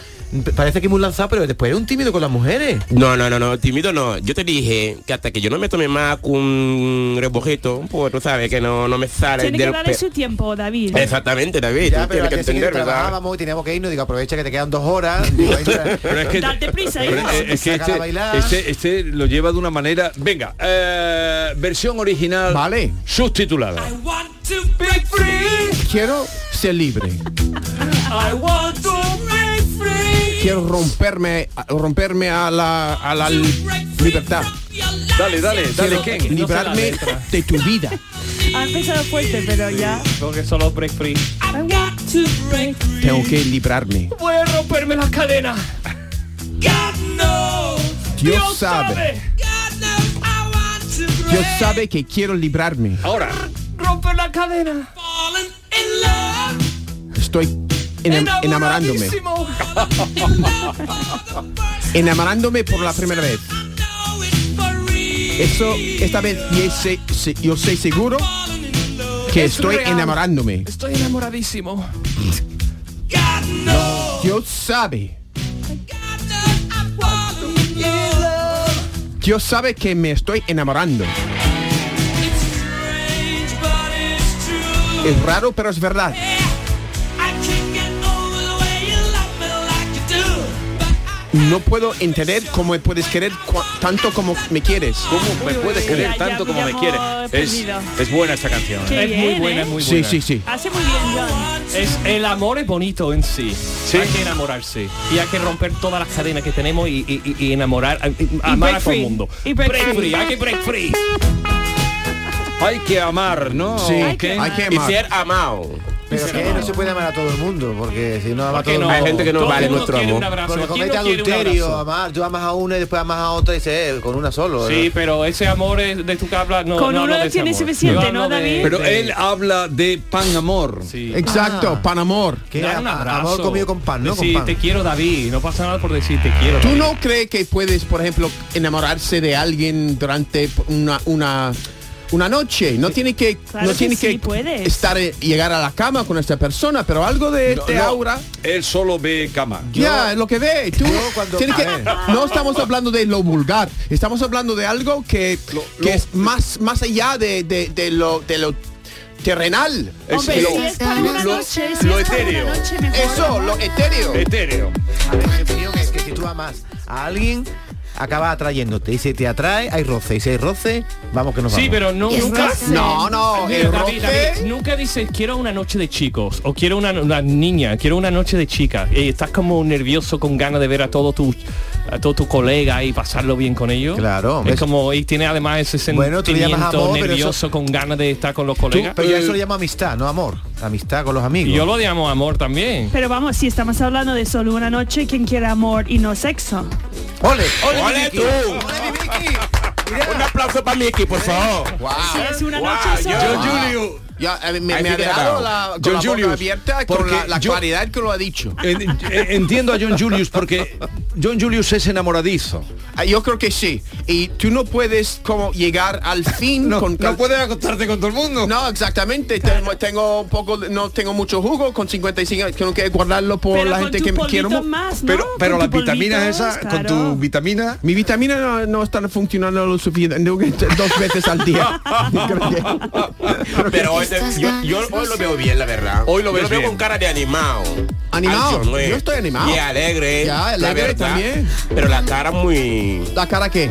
[SPEAKER 4] p- parece que hemos lanzado, pero después eres un tímido con las mujeres.
[SPEAKER 5] No, no, no, no, tímido no. Yo te dije que hasta que yo no me tome más un rebujito, pues tú sabes que no, no me sale
[SPEAKER 2] Tiene que
[SPEAKER 5] del
[SPEAKER 2] darle
[SPEAKER 5] pe-
[SPEAKER 2] su tiempo, David.
[SPEAKER 5] Exactamente, David.
[SPEAKER 4] Ya,
[SPEAKER 5] tú
[SPEAKER 4] pero al
[SPEAKER 5] tienes que
[SPEAKER 4] día siguiente
[SPEAKER 5] entender, ¿verdad?
[SPEAKER 4] trabajábamos y teníamos que irnos, digo, aprovecha que te quedan dos horas. Digo, ahí está.
[SPEAKER 1] Pero es que,
[SPEAKER 2] Date prisa,
[SPEAKER 1] pero
[SPEAKER 2] hija.
[SPEAKER 1] es- es que
[SPEAKER 4] Sácala a bailar.
[SPEAKER 1] este, este, este lo lleva de una manera... Venga, eh, versión original
[SPEAKER 3] Vale.
[SPEAKER 1] subtitulada.
[SPEAKER 3] Quiero ser libre. Quiero romperme, romperme a la, a la libertad. eh,
[SPEAKER 1] Dale, dale, dale,
[SPEAKER 3] Quiero
[SPEAKER 1] Ken.
[SPEAKER 3] librarme de tu vida.
[SPEAKER 2] Ha empezado fuerte, pero ya.
[SPEAKER 6] Creo que solo break free.
[SPEAKER 3] Tengo que librarme.
[SPEAKER 6] Puedes romperme las cadenas.
[SPEAKER 3] Dios sabe. Dios sabe que quiero librarme.
[SPEAKER 1] Ahora,
[SPEAKER 6] Romper las cadenas.
[SPEAKER 3] Estoy enam- enamorándome. Enamorándome por la primera vez. Eso, esta vez yo sé, sé- yo sé seguro que estoy enamorándome.
[SPEAKER 6] Estoy enamoradísimo.
[SPEAKER 3] Dios sabe. Dios sabe que me estoy enamorando. Es raro, pero es verdad. No puedo entender cómo me puedes querer cua- tanto como me quieres.
[SPEAKER 1] ¿cómo me puedes querer
[SPEAKER 2] Ya, ya
[SPEAKER 1] tanto como me
[SPEAKER 2] habíamos
[SPEAKER 1] quieres? Es,
[SPEAKER 2] perdido.
[SPEAKER 1] es buena esta canción. ¿eh?
[SPEAKER 2] Qué
[SPEAKER 6] es muy
[SPEAKER 2] bien,
[SPEAKER 6] buena,
[SPEAKER 2] ¿eh?
[SPEAKER 6] es muy
[SPEAKER 3] Sí,
[SPEAKER 6] buena.
[SPEAKER 3] sí, sí.
[SPEAKER 2] Hace muy bien, John.
[SPEAKER 6] Es el amor es bonito en sí. Hay que enamorarse. Y hay que romper todas las cadenas que tenemos y, y- y- y enamorar, a- y amar
[SPEAKER 2] break
[SPEAKER 6] a todo el
[SPEAKER 2] free.
[SPEAKER 6] mundo.
[SPEAKER 2] Y break free.
[SPEAKER 6] hay que break free.
[SPEAKER 1] Hay que amar, ¿no?
[SPEAKER 3] Sí, hay
[SPEAKER 1] Ken?
[SPEAKER 3] que
[SPEAKER 5] Y
[SPEAKER 3] amar.
[SPEAKER 5] ser amado.
[SPEAKER 4] Pero que no se puede amar a todo el mundo, porque si no ama a
[SPEAKER 6] Porque
[SPEAKER 4] todo el
[SPEAKER 6] no,
[SPEAKER 4] mundo.
[SPEAKER 5] Hay gente que no
[SPEAKER 6] todo el
[SPEAKER 5] vale
[SPEAKER 6] mundo
[SPEAKER 5] nuestro
[SPEAKER 6] quiere un
[SPEAKER 5] amor.
[SPEAKER 6] abrazo.
[SPEAKER 4] Porque
[SPEAKER 6] ¿Quién no
[SPEAKER 4] comete
[SPEAKER 6] quiere un
[SPEAKER 4] adulterio,
[SPEAKER 6] abrazo?
[SPEAKER 4] amar, yo amas a una y después amas a otra y dices, eh, con una solo.
[SPEAKER 6] Sí,
[SPEAKER 4] ¿no?
[SPEAKER 6] pero ese amor es de tu que hablas no.
[SPEAKER 2] Con
[SPEAKER 6] no
[SPEAKER 2] uno
[SPEAKER 6] hablo de ese
[SPEAKER 2] tiene
[SPEAKER 6] amor.
[SPEAKER 2] suficiente,
[SPEAKER 6] Yo hablo
[SPEAKER 2] ¿no,
[SPEAKER 6] de- este
[SPEAKER 2] David?
[SPEAKER 1] Pero
[SPEAKER 6] de-
[SPEAKER 1] él habla de pan amor.
[SPEAKER 6] Sí.
[SPEAKER 3] Exacto, Panamor.
[SPEAKER 4] Que
[SPEAKER 6] Dar
[SPEAKER 4] a-
[SPEAKER 6] un
[SPEAKER 4] a-
[SPEAKER 6] abrazo.
[SPEAKER 4] amor comido con pan, ¿no?
[SPEAKER 6] Decir,
[SPEAKER 4] con pan.
[SPEAKER 6] te quiero David, no pasa nada por decir te quiero.
[SPEAKER 3] ¿Tú
[SPEAKER 6] David.
[SPEAKER 3] no crees que puedes, por ejemplo, enamorarse de alguien durante una, una, una noche? No tiene que,
[SPEAKER 2] Claro
[SPEAKER 3] no
[SPEAKER 2] que
[SPEAKER 3] tiene
[SPEAKER 2] sí,
[SPEAKER 3] que
[SPEAKER 2] puedes.
[SPEAKER 3] estar eh, llegar a la cama con esta persona, pero algo de este
[SPEAKER 1] no.
[SPEAKER 3] aura.
[SPEAKER 1] Él solo ve cama.
[SPEAKER 3] Ya, es lo que ve. Tú
[SPEAKER 4] Yo cuando-
[SPEAKER 3] tienes
[SPEAKER 4] a
[SPEAKER 3] que-
[SPEAKER 4] ver.
[SPEAKER 3] no estamos hablando de lo vulgar, estamos hablando de algo que,
[SPEAKER 1] Lo- lo-
[SPEAKER 3] que es más, más allá de, de- de lo, de lo terrenal.
[SPEAKER 1] Es
[SPEAKER 2] Hombre,
[SPEAKER 1] lo,
[SPEAKER 2] si es para
[SPEAKER 1] lo-
[SPEAKER 2] una
[SPEAKER 1] lo-
[SPEAKER 2] noche, si
[SPEAKER 1] lo
[SPEAKER 2] es para
[SPEAKER 1] etéreo.
[SPEAKER 2] una noche, mejor.
[SPEAKER 3] Eso, lo etéreo.
[SPEAKER 1] Etéreo.
[SPEAKER 4] A ver, mi opinión es que si tú amas a alguien, acaba atrayéndote. Y si te atrae, hay roce. Y si hay roce, vamos que nos vamos.
[SPEAKER 6] Sí, pero no, nunca.
[SPEAKER 3] No, no,
[SPEAKER 6] Mira,
[SPEAKER 3] el
[SPEAKER 6] David,
[SPEAKER 3] roce-
[SPEAKER 6] David, nunca dices quiero una noche de chicos o quiero una, una niña, quiero una noche de chicas. Eh, estás como nervioso con ganas de ver a todos tus a todos tus colegas y pasarlo bien con ellos.
[SPEAKER 4] Claro,
[SPEAKER 6] Es
[SPEAKER 4] ves.
[SPEAKER 6] como y tiene además ese
[SPEAKER 4] Bueno,
[SPEAKER 6] sentimiento
[SPEAKER 4] tú le llamas amor, pero
[SPEAKER 6] nervioso con ganas de estar con los colegas.
[SPEAKER 4] Pero ya eso le llamo amistad, no amor. Amistad con los amigos.
[SPEAKER 6] Eh, y yo lo llamo amor también.
[SPEAKER 2] Pero vamos, si estamos hablando de solo una noche, quien quiere amor y no sexo.
[SPEAKER 4] ¡Ole!
[SPEAKER 5] ¡Ole,
[SPEAKER 4] Miki!
[SPEAKER 5] tú!
[SPEAKER 4] ¡Ole, mi Miki!
[SPEAKER 5] Un aplauso para Miki, por favor.
[SPEAKER 2] Si es una
[SPEAKER 5] Wow,
[SPEAKER 2] noche
[SPEAKER 5] yo-
[SPEAKER 2] solo.
[SPEAKER 3] Ah. Ya, eh, me,
[SPEAKER 5] Ahí
[SPEAKER 3] me ha
[SPEAKER 5] sí que
[SPEAKER 3] dejado
[SPEAKER 5] acabo.
[SPEAKER 3] la, con
[SPEAKER 1] John
[SPEAKER 3] la boca
[SPEAKER 1] Julius,
[SPEAKER 3] abierta con
[SPEAKER 1] porque
[SPEAKER 3] la, la
[SPEAKER 1] yo-
[SPEAKER 3] claridad que lo ha dicho.
[SPEAKER 1] En- en- entiendo a John Julius porque John Julius es enamoradizo.
[SPEAKER 3] Ah, Yo creo que sí. Y tú no puedes como llegar al fin con cal-
[SPEAKER 1] puedes acostarte con todo el mundo.
[SPEAKER 3] No, exactamente. Tengo, tengo un poco, de- no tengo mucho jugo con 55. Tengo que guardarlo por
[SPEAKER 2] Pero
[SPEAKER 3] la
[SPEAKER 2] con
[SPEAKER 3] gente
[SPEAKER 2] tus
[SPEAKER 3] que me quiero.
[SPEAKER 2] polvitos
[SPEAKER 3] mu-
[SPEAKER 2] más, ¿no?
[SPEAKER 1] Pero, pero
[SPEAKER 2] Con
[SPEAKER 1] las
[SPEAKER 2] tus
[SPEAKER 1] vitaminas
[SPEAKER 2] polvitos,
[SPEAKER 1] esas, con tu
[SPEAKER 2] claro.
[SPEAKER 1] vitamina.
[SPEAKER 3] Mi vitamina no, no está funcionando lo suficiente. Tengo que echar dos veces al día. Creo que- creo que-
[SPEAKER 5] Pero hoy, te- yo, yo hoy lo veo bien, la verdad.
[SPEAKER 1] Hoy lo
[SPEAKER 5] Yo
[SPEAKER 1] ves
[SPEAKER 5] lo veo
[SPEAKER 1] bien.
[SPEAKER 5] con cara de animado.
[SPEAKER 3] ¿Animado?
[SPEAKER 5] Al John, ¿eh?
[SPEAKER 3] Yo estoy animado.
[SPEAKER 5] Y alegre.
[SPEAKER 3] Ya,
[SPEAKER 5] la
[SPEAKER 3] alegre
[SPEAKER 5] verdad.
[SPEAKER 3] también.
[SPEAKER 5] Pero la cara muy...
[SPEAKER 3] ¿La cara qué?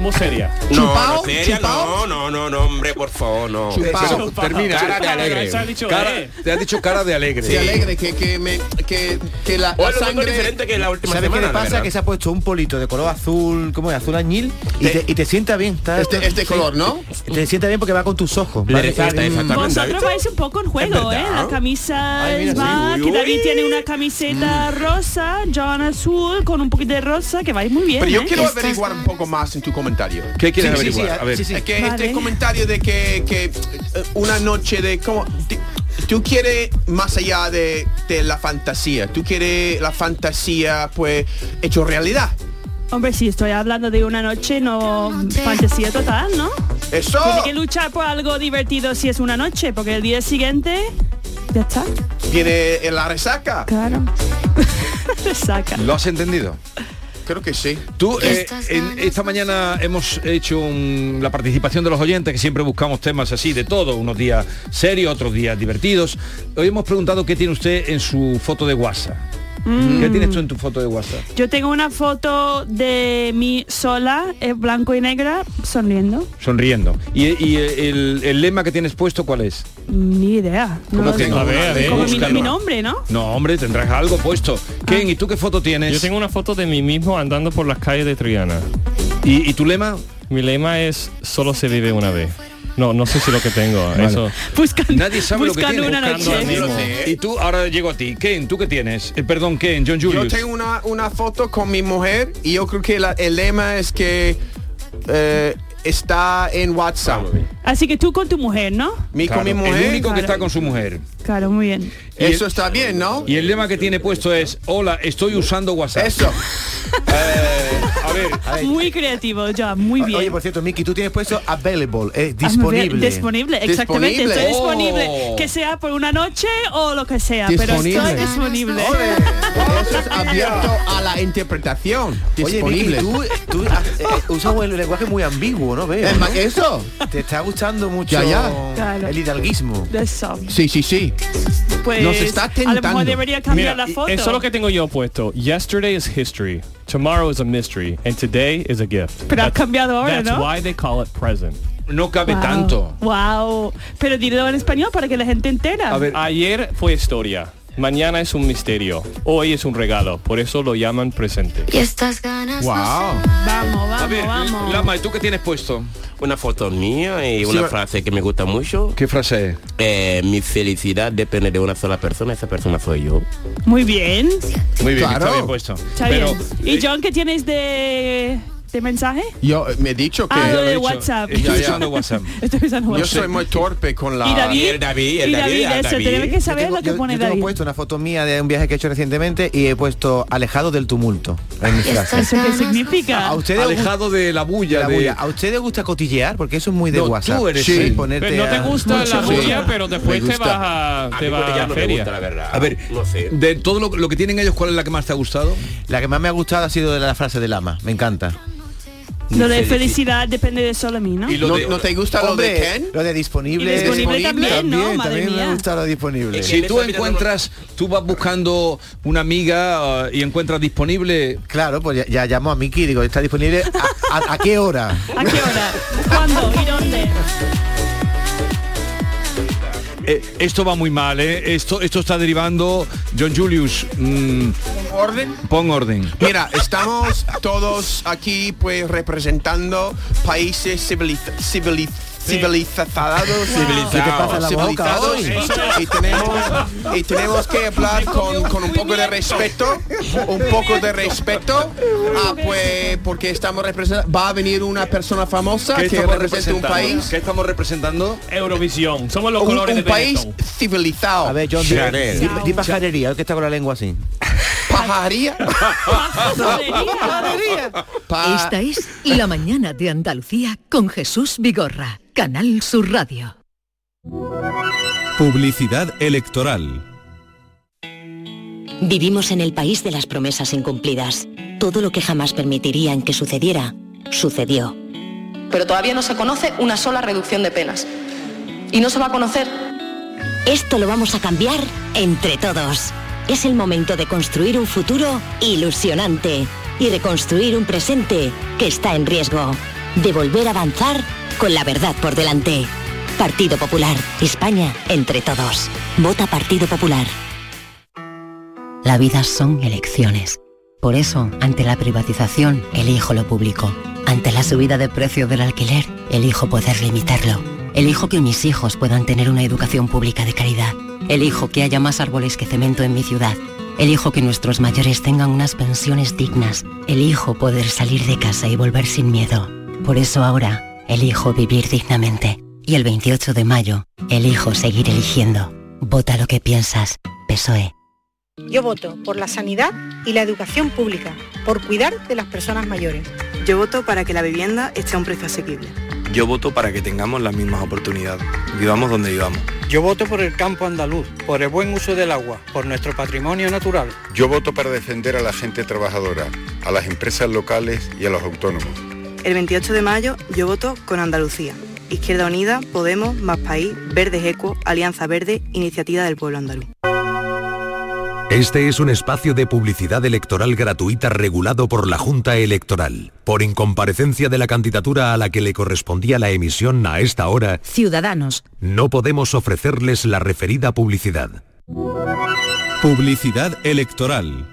[SPEAKER 6] Muy seria.
[SPEAKER 5] No,
[SPEAKER 3] ¿Chupao?
[SPEAKER 5] no, seria,
[SPEAKER 3] ¿Chupao?
[SPEAKER 5] no, no, no, no, hombre, por favor,
[SPEAKER 3] Oh.
[SPEAKER 5] no.
[SPEAKER 3] Chupao.
[SPEAKER 1] Eso, termina.
[SPEAKER 5] Cara de
[SPEAKER 6] Se ha
[SPEAKER 5] alegre.
[SPEAKER 6] dicho,
[SPEAKER 1] Cara-
[SPEAKER 6] eh.
[SPEAKER 1] te ha dicho cara de alegre.
[SPEAKER 3] Sí, alegre, que, que, me, que, que la, la
[SPEAKER 5] Hoy lo veo
[SPEAKER 3] sangre...
[SPEAKER 5] diferente que la última
[SPEAKER 4] ¿Sabes qué
[SPEAKER 5] semana.
[SPEAKER 4] le
[SPEAKER 5] la
[SPEAKER 4] pasa?
[SPEAKER 5] verdad.
[SPEAKER 4] Que se ha puesto un polito de color azul, ¿cómo es? Azul añil.
[SPEAKER 6] Eh,
[SPEAKER 4] Y te, y te sienta bien. está-
[SPEAKER 3] Este, este color, ¿no?
[SPEAKER 4] Te sienta bien porque va con tus ojos.
[SPEAKER 5] Le
[SPEAKER 4] ¿vale? Mm.
[SPEAKER 5] resalta, exactamente.
[SPEAKER 2] Vosotros vais un poco en juego,
[SPEAKER 5] Es
[SPEAKER 2] ¿eh?
[SPEAKER 5] verdad.
[SPEAKER 2] La camisa
[SPEAKER 4] Ay, mira,
[SPEAKER 2] es
[SPEAKER 4] sí.
[SPEAKER 2] más
[SPEAKER 5] Uy,
[SPEAKER 2] que David
[SPEAKER 5] uy.
[SPEAKER 2] tiene una camiseta rosa, John azul, con un poquito de rosa, que va muy bien.
[SPEAKER 3] Pero yo
[SPEAKER 2] ¿eh?
[SPEAKER 3] quiero
[SPEAKER 2] Estas-
[SPEAKER 3] averiguar un poco más en tu comentario.
[SPEAKER 1] ¿Qué quieres
[SPEAKER 3] Sí, sí,
[SPEAKER 1] averiguar?
[SPEAKER 3] sí,
[SPEAKER 1] a ver.
[SPEAKER 4] sí, sí.
[SPEAKER 3] Es que
[SPEAKER 2] Vale.
[SPEAKER 3] este comentario de que, que, eh, una noche de como de- tú quieres más allá de, de la fantasía, tú quieres la fantasía pues hecho realidad.
[SPEAKER 2] Hombre, si estoy hablando de una noche, no fantasía total, ¿no?
[SPEAKER 3] Eso.
[SPEAKER 2] Tiene que luchar por algo divertido si es una noche, porque el día siguiente ya está.
[SPEAKER 3] Tiene la resaca.
[SPEAKER 2] Claro. Saca.
[SPEAKER 1] ¿Lo has entendido?
[SPEAKER 3] Creo que sí.
[SPEAKER 1] Tú, eh, en- esta mañana hemos hecho un- la participación de los oyentes, que siempre buscamos temas así de todo, unos días serios, otros días divertidos. Hoy hemos preguntado qué tiene usted en su foto de WhatsApp.
[SPEAKER 2] Mm.
[SPEAKER 1] ¿Qué tienes tú en tu foto de WhatsApp?
[SPEAKER 2] Yo tengo una foto de mí sola, en blanco y negra, sonriendo.
[SPEAKER 1] Sonriendo. ¿Y, y el, el lema que tienes puesto cuál es?
[SPEAKER 2] Ni idea. No
[SPEAKER 1] ¿Cómo
[SPEAKER 2] lo
[SPEAKER 1] que
[SPEAKER 2] sé.
[SPEAKER 1] no?
[SPEAKER 6] A ver, a ver,
[SPEAKER 2] Como mi,
[SPEAKER 1] búscalo.
[SPEAKER 2] mi nombre, ¿no?
[SPEAKER 1] No, hombre, tendrás algo puesto. Ken, ¿y tú qué foto tienes?
[SPEAKER 6] Yo tengo una foto de mí mismo andando por las calles de Triana.
[SPEAKER 1] ¿Y, y tu lema?
[SPEAKER 6] Mi lema es solo se vive una vez. No, no sé si lo que tengo, eso.
[SPEAKER 2] Buscando,
[SPEAKER 1] Nadie sabe lo que
[SPEAKER 2] buscando
[SPEAKER 1] tiene.
[SPEAKER 2] una
[SPEAKER 6] Buscando
[SPEAKER 2] noche.
[SPEAKER 6] a mí.
[SPEAKER 1] Y tú, ahora llego a ti. Ken, ¿tú qué tienes? Eh, perdón, Ken, John
[SPEAKER 3] Yo
[SPEAKER 1] Julius.
[SPEAKER 3] tengo una, una foto con mi mujer y yo creo que la- el lema es que eh, está en WhatsApp.
[SPEAKER 2] Así que tú con tu mujer, ¿no?
[SPEAKER 3] Mi,
[SPEAKER 1] Claro,
[SPEAKER 3] con mi mujer.
[SPEAKER 1] el único que
[SPEAKER 2] Claro.
[SPEAKER 1] está con su mujer.
[SPEAKER 2] Claro, muy bien.
[SPEAKER 1] Y
[SPEAKER 3] Eso
[SPEAKER 1] el-
[SPEAKER 3] está bien, ¿no?
[SPEAKER 1] Y el lema que tiene puesto es, hola, estoy usando WhatsApp. Eh,
[SPEAKER 3] Eso.
[SPEAKER 1] A ver,
[SPEAKER 2] Muy creativo, ya, muy bien.
[SPEAKER 4] Oye, por cierto, Miki, tú tienes puesto available,
[SPEAKER 2] Ah,
[SPEAKER 4] es
[SPEAKER 2] muy bien.
[SPEAKER 4] disponible.
[SPEAKER 2] Disponible, exactamente.
[SPEAKER 3] Disponible.
[SPEAKER 2] Estoy
[SPEAKER 1] Oh.
[SPEAKER 2] disponible. Que sea por una noche o lo que sea, pero
[SPEAKER 3] Disponible.
[SPEAKER 2] estoy disponible.
[SPEAKER 3] Ole. Eso es abierto a la interpretación.
[SPEAKER 4] Oye, Miki,
[SPEAKER 3] Disponible.
[SPEAKER 4] tú, tú has- eh, usas un lenguaje muy ambiguo, ¿no? Veo,
[SPEAKER 3] Es
[SPEAKER 4] ¿no?
[SPEAKER 3] ma- ¿Eso?
[SPEAKER 4] Te está gustando mucho
[SPEAKER 3] Ya, ya.
[SPEAKER 2] Claro.
[SPEAKER 4] el hidalguismo.
[SPEAKER 2] Eso.
[SPEAKER 3] Sí, sí, sí.
[SPEAKER 2] Pues,
[SPEAKER 3] Nos está
[SPEAKER 2] A lo
[SPEAKER 3] tentando.
[SPEAKER 2] mejor debería cambiar la
[SPEAKER 6] y-
[SPEAKER 2] foto.
[SPEAKER 6] eso es lo que tengo yo puesto. Yesterday is history, tomorrow is a mystery, and today is a gift.
[SPEAKER 2] Pero ha cambiado ahora,
[SPEAKER 6] That's
[SPEAKER 2] ¿no?
[SPEAKER 6] why they call it present.
[SPEAKER 1] no cabe
[SPEAKER 2] Wow.
[SPEAKER 1] tanto.
[SPEAKER 2] Wow. Pero dilo en español para que la gente entera.
[SPEAKER 1] A ver,
[SPEAKER 6] Ayer fue historia, mañana es un misterio, hoy es un regalo, por eso lo llaman presente.
[SPEAKER 7] Y estas ganas
[SPEAKER 3] Wow.
[SPEAKER 2] Vamos,
[SPEAKER 1] a
[SPEAKER 2] vamos,
[SPEAKER 1] ver,
[SPEAKER 2] vamos.
[SPEAKER 1] Lama, ¿y tú qué tienes puesto?
[SPEAKER 5] Una foto mía y una
[SPEAKER 3] va-
[SPEAKER 5] frase que me gusta mucho.
[SPEAKER 1] ¿Qué frase es?
[SPEAKER 5] Eh, mi felicidad depende de una sola persona, esa persona soy yo.
[SPEAKER 2] Muy bien.
[SPEAKER 1] Muy bien,
[SPEAKER 3] Claro.
[SPEAKER 1] está bien puesto.
[SPEAKER 2] Está
[SPEAKER 1] Pero,
[SPEAKER 2] bien.
[SPEAKER 1] eh,
[SPEAKER 2] ¿Y John qué tienes de, de mensaje?
[SPEAKER 3] Yo eh, me he dicho que
[SPEAKER 2] Ah, lo
[SPEAKER 1] lo he
[SPEAKER 2] de
[SPEAKER 1] dicho,
[SPEAKER 2] WhatsApp.
[SPEAKER 1] Estoy
[SPEAKER 3] Ya, ya.
[SPEAKER 1] usando WhatsApp.
[SPEAKER 2] Estoy pensando
[SPEAKER 3] yo
[SPEAKER 2] WhatsApp.
[SPEAKER 3] soy muy torpe con la...
[SPEAKER 2] Y David,
[SPEAKER 5] El David, el
[SPEAKER 2] y
[SPEAKER 5] David, el
[SPEAKER 2] eso,
[SPEAKER 5] David.
[SPEAKER 2] tenemos que saber
[SPEAKER 4] tengo,
[SPEAKER 2] lo que
[SPEAKER 4] yo-
[SPEAKER 2] pone
[SPEAKER 4] yo tengo
[SPEAKER 2] David.
[SPEAKER 4] puesto una foto mía de un viaje que he hecho recientemente y he puesto alejado del tumulto. en mi frase.
[SPEAKER 2] ¿Eso qué significa?
[SPEAKER 4] A ustedes os gusta
[SPEAKER 1] Alejado de la bulla.
[SPEAKER 4] la
[SPEAKER 1] de-
[SPEAKER 4] bulla. ¿A ustedes os gusta cotillear? Porque eso es muy de
[SPEAKER 1] No, tú
[SPEAKER 4] WhatsApp.
[SPEAKER 1] eres
[SPEAKER 4] Sí,
[SPEAKER 1] el-
[SPEAKER 4] ponerte
[SPEAKER 6] Pero Pues no te
[SPEAKER 4] a-
[SPEAKER 6] gusta la
[SPEAKER 3] sí.
[SPEAKER 6] bulla, pero después
[SPEAKER 3] Me
[SPEAKER 6] te vas
[SPEAKER 3] gusta.
[SPEAKER 6] a,
[SPEAKER 5] A
[SPEAKER 6] te
[SPEAKER 5] mí
[SPEAKER 6] vas
[SPEAKER 5] porque
[SPEAKER 6] a
[SPEAKER 5] ya
[SPEAKER 6] la
[SPEAKER 5] no me
[SPEAKER 6] feria.
[SPEAKER 5] gusta, la verdad.
[SPEAKER 1] A ver,
[SPEAKER 5] no sé.
[SPEAKER 1] de todo lo, lo que tienen ellos, ¿cuál es la que más te ha gustado?
[SPEAKER 4] La que más me ha gustado ha sido de la frase de Lama. Me encanta.
[SPEAKER 2] Lo de felicidad depende de solo a mí, ¿no?
[SPEAKER 1] Y lo
[SPEAKER 3] ¿No,
[SPEAKER 1] de-
[SPEAKER 3] no te gusta
[SPEAKER 4] Hombre,
[SPEAKER 3] lo de Ken?
[SPEAKER 4] Lo de disponible.
[SPEAKER 2] Y disponible también, ¿no? Madre
[SPEAKER 4] también me
[SPEAKER 2] mía.
[SPEAKER 4] ha gustado lo disponible.
[SPEAKER 5] Es que-
[SPEAKER 1] Eh, Si tú encuentras, tú vas buscando una amiga eh, y encuentras disponible
[SPEAKER 4] Claro, pues ya, ya llamo a Miki y digo, ¿está disponible? ¿A, a- a qué hora?
[SPEAKER 2] ¿A qué hora? ¿Cuándo? ¿Y dónde?
[SPEAKER 1] Eh, esto va muy mal, ¿eh? Esto, esto está derivando... John Julius, mm,
[SPEAKER 3] ¿Orden?
[SPEAKER 1] pon orden.
[SPEAKER 3] Mira, estamos todos aquí pues representando países civiliz- civiliz- civilizados,
[SPEAKER 4] Civilizados. ¿Qué te pasa en la boca
[SPEAKER 3] civilizados,
[SPEAKER 4] hoy?
[SPEAKER 3] y tenemos y tenemos que hablar con, con un poco de respeto, un poco de respeto, ah, pues porque estamos representando va a venir una persona famosa que representa un país,
[SPEAKER 1] ¿Qué estamos representando?
[SPEAKER 6] Eurovisión, somos los
[SPEAKER 3] un,
[SPEAKER 6] colores
[SPEAKER 3] un
[SPEAKER 6] de
[SPEAKER 3] país
[SPEAKER 6] Benetton.
[SPEAKER 3] civilizado.
[SPEAKER 4] A ver, John, di,
[SPEAKER 5] Chanel.
[SPEAKER 4] di- di pajarería, el que está con la lengua así.
[SPEAKER 3] pajaría, Pa-
[SPEAKER 8] Esta es La mañana de Andalucía con Jesús Vigorra, Canal Sur Radio.
[SPEAKER 9] Publicidad electoral.
[SPEAKER 10] Vivimos en el país de las promesas incumplidas. Todo lo que jamás permitirían que sucediera, sucedió.
[SPEAKER 11] pero todavía no se conoce una sola reducción de penas. Y no se va a conocer
[SPEAKER 10] Esto lo vamos a cambiar entre todos. Es el momento de construir un futuro ilusionante y de construir un presente que está en riesgo. De volver a avanzar con la verdad por delante. Partido Popular, España entre todos. Vota Partido Popular. La vida son elecciones. Por eso, ante la privatización, elijo lo público. Ante la subida de precios del alquiler, elijo poder limitarlo. Elijo que mis hijos puedan tener una educación pública de calidad.
[SPEAKER 7] Elijo que haya más árboles que cemento en mi ciudad. Elijo que nuestros mayores tengan unas pensiones dignas. Elijo poder salir de casa y volver sin miedo. Por eso ahora, elijo vivir dignamente. Y el 28 de mayo, elijo seguir eligiendo. Vota lo que piensas, PSOE.
[SPEAKER 12] Yo voto por la sanidad y la educación pública, por cuidar de las personas mayores.
[SPEAKER 13] Yo voto para que la vivienda esté a un precio asequible.
[SPEAKER 14] Yo voto para que tengamos las mismas oportunidades, vivamos donde vivamos.
[SPEAKER 15] Yo voto por el campo andaluz, por el buen uso del agua, por nuestro patrimonio natural.
[SPEAKER 16] Yo voto para defender a la gente trabajadora, a las empresas locales y a los autónomos.
[SPEAKER 13] El 28 de mayo yo voto con Andalucía. Izquierda Unida, Podemos, Más País, Verdes Eco, Alianza Verde, Iniciativa del Pueblo Andaluz.
[SPEAKER 17] Este es un espacio de publicidad electoral gratuita regulado por la Junta Electoral. Por incomparecencia de la candidatura a la que le correspondía la emisión a esta hora,
[SPEAKER 18] Ciudadanos,
[SPEAKER 17] no podemos ofrecerles la referida publicidad.
[SPEAKER 19] Publicidad electoral.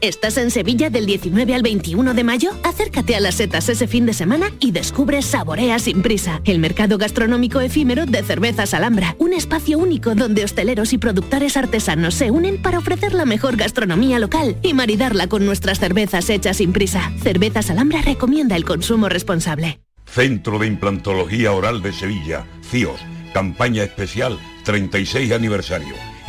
[SPEAKER 20] ¿Estás en Sevilla del 19 al 21 de mayo? Acércate a las setas ese fin de semana y descubre Saborea sin prisa, el mercado gastronómico efímero de cervezas Alhambra, un espacio único donde hosteleros y productores artesanos se unen para ofrecer la mejor gastronomía local y maridarla con nuestras cervezas hechas sin prisa. Cervezas Alhambra recomienda el consumo responsable.
[SPEAKER 9] Centro de Implantología Oral de Sevilla, CIOS, campaña especial 36 aniversario.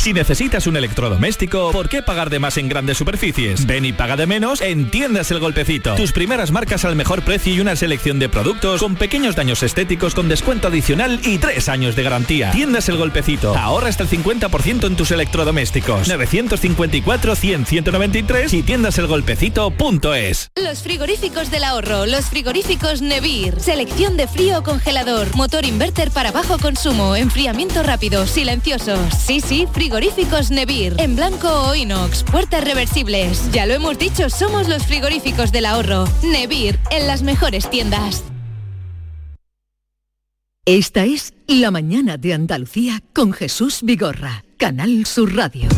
[SPEAKER 21] Si necesitas un electrodoméstico, ¿por qué pagar de más en grandes superficies? Ven y paga de menos en Tiendas El Golpecito. Tus primeras marcas al mejor precio y una selección de productos con pequeños daños estéticos con descuento adicional y tres años de garantía. Tiendas El Golpecito. Ahorra hasta el 50% en tus electrodomésticos. 954-100-193 y tiendaselgolpecito.es.
[SPEAKER 22] Los frigoríficos del ahorro, los frigoríficos Nevir. Selección de frío o congelador, motor inverter para bajo consumo, enfriamiento rápido, silencioso. Sí, sí, Frigoríficos Nevir, en blanco o inox, puertas reversibles. Ya lo hemos dicho, somos los frigoríficos del ahorro. Nevir, en las mejores tiendas.
[SPEAKER 8] Esta es La mañana de Andalucía con Jesús Vigorra, Canal Sur Radio.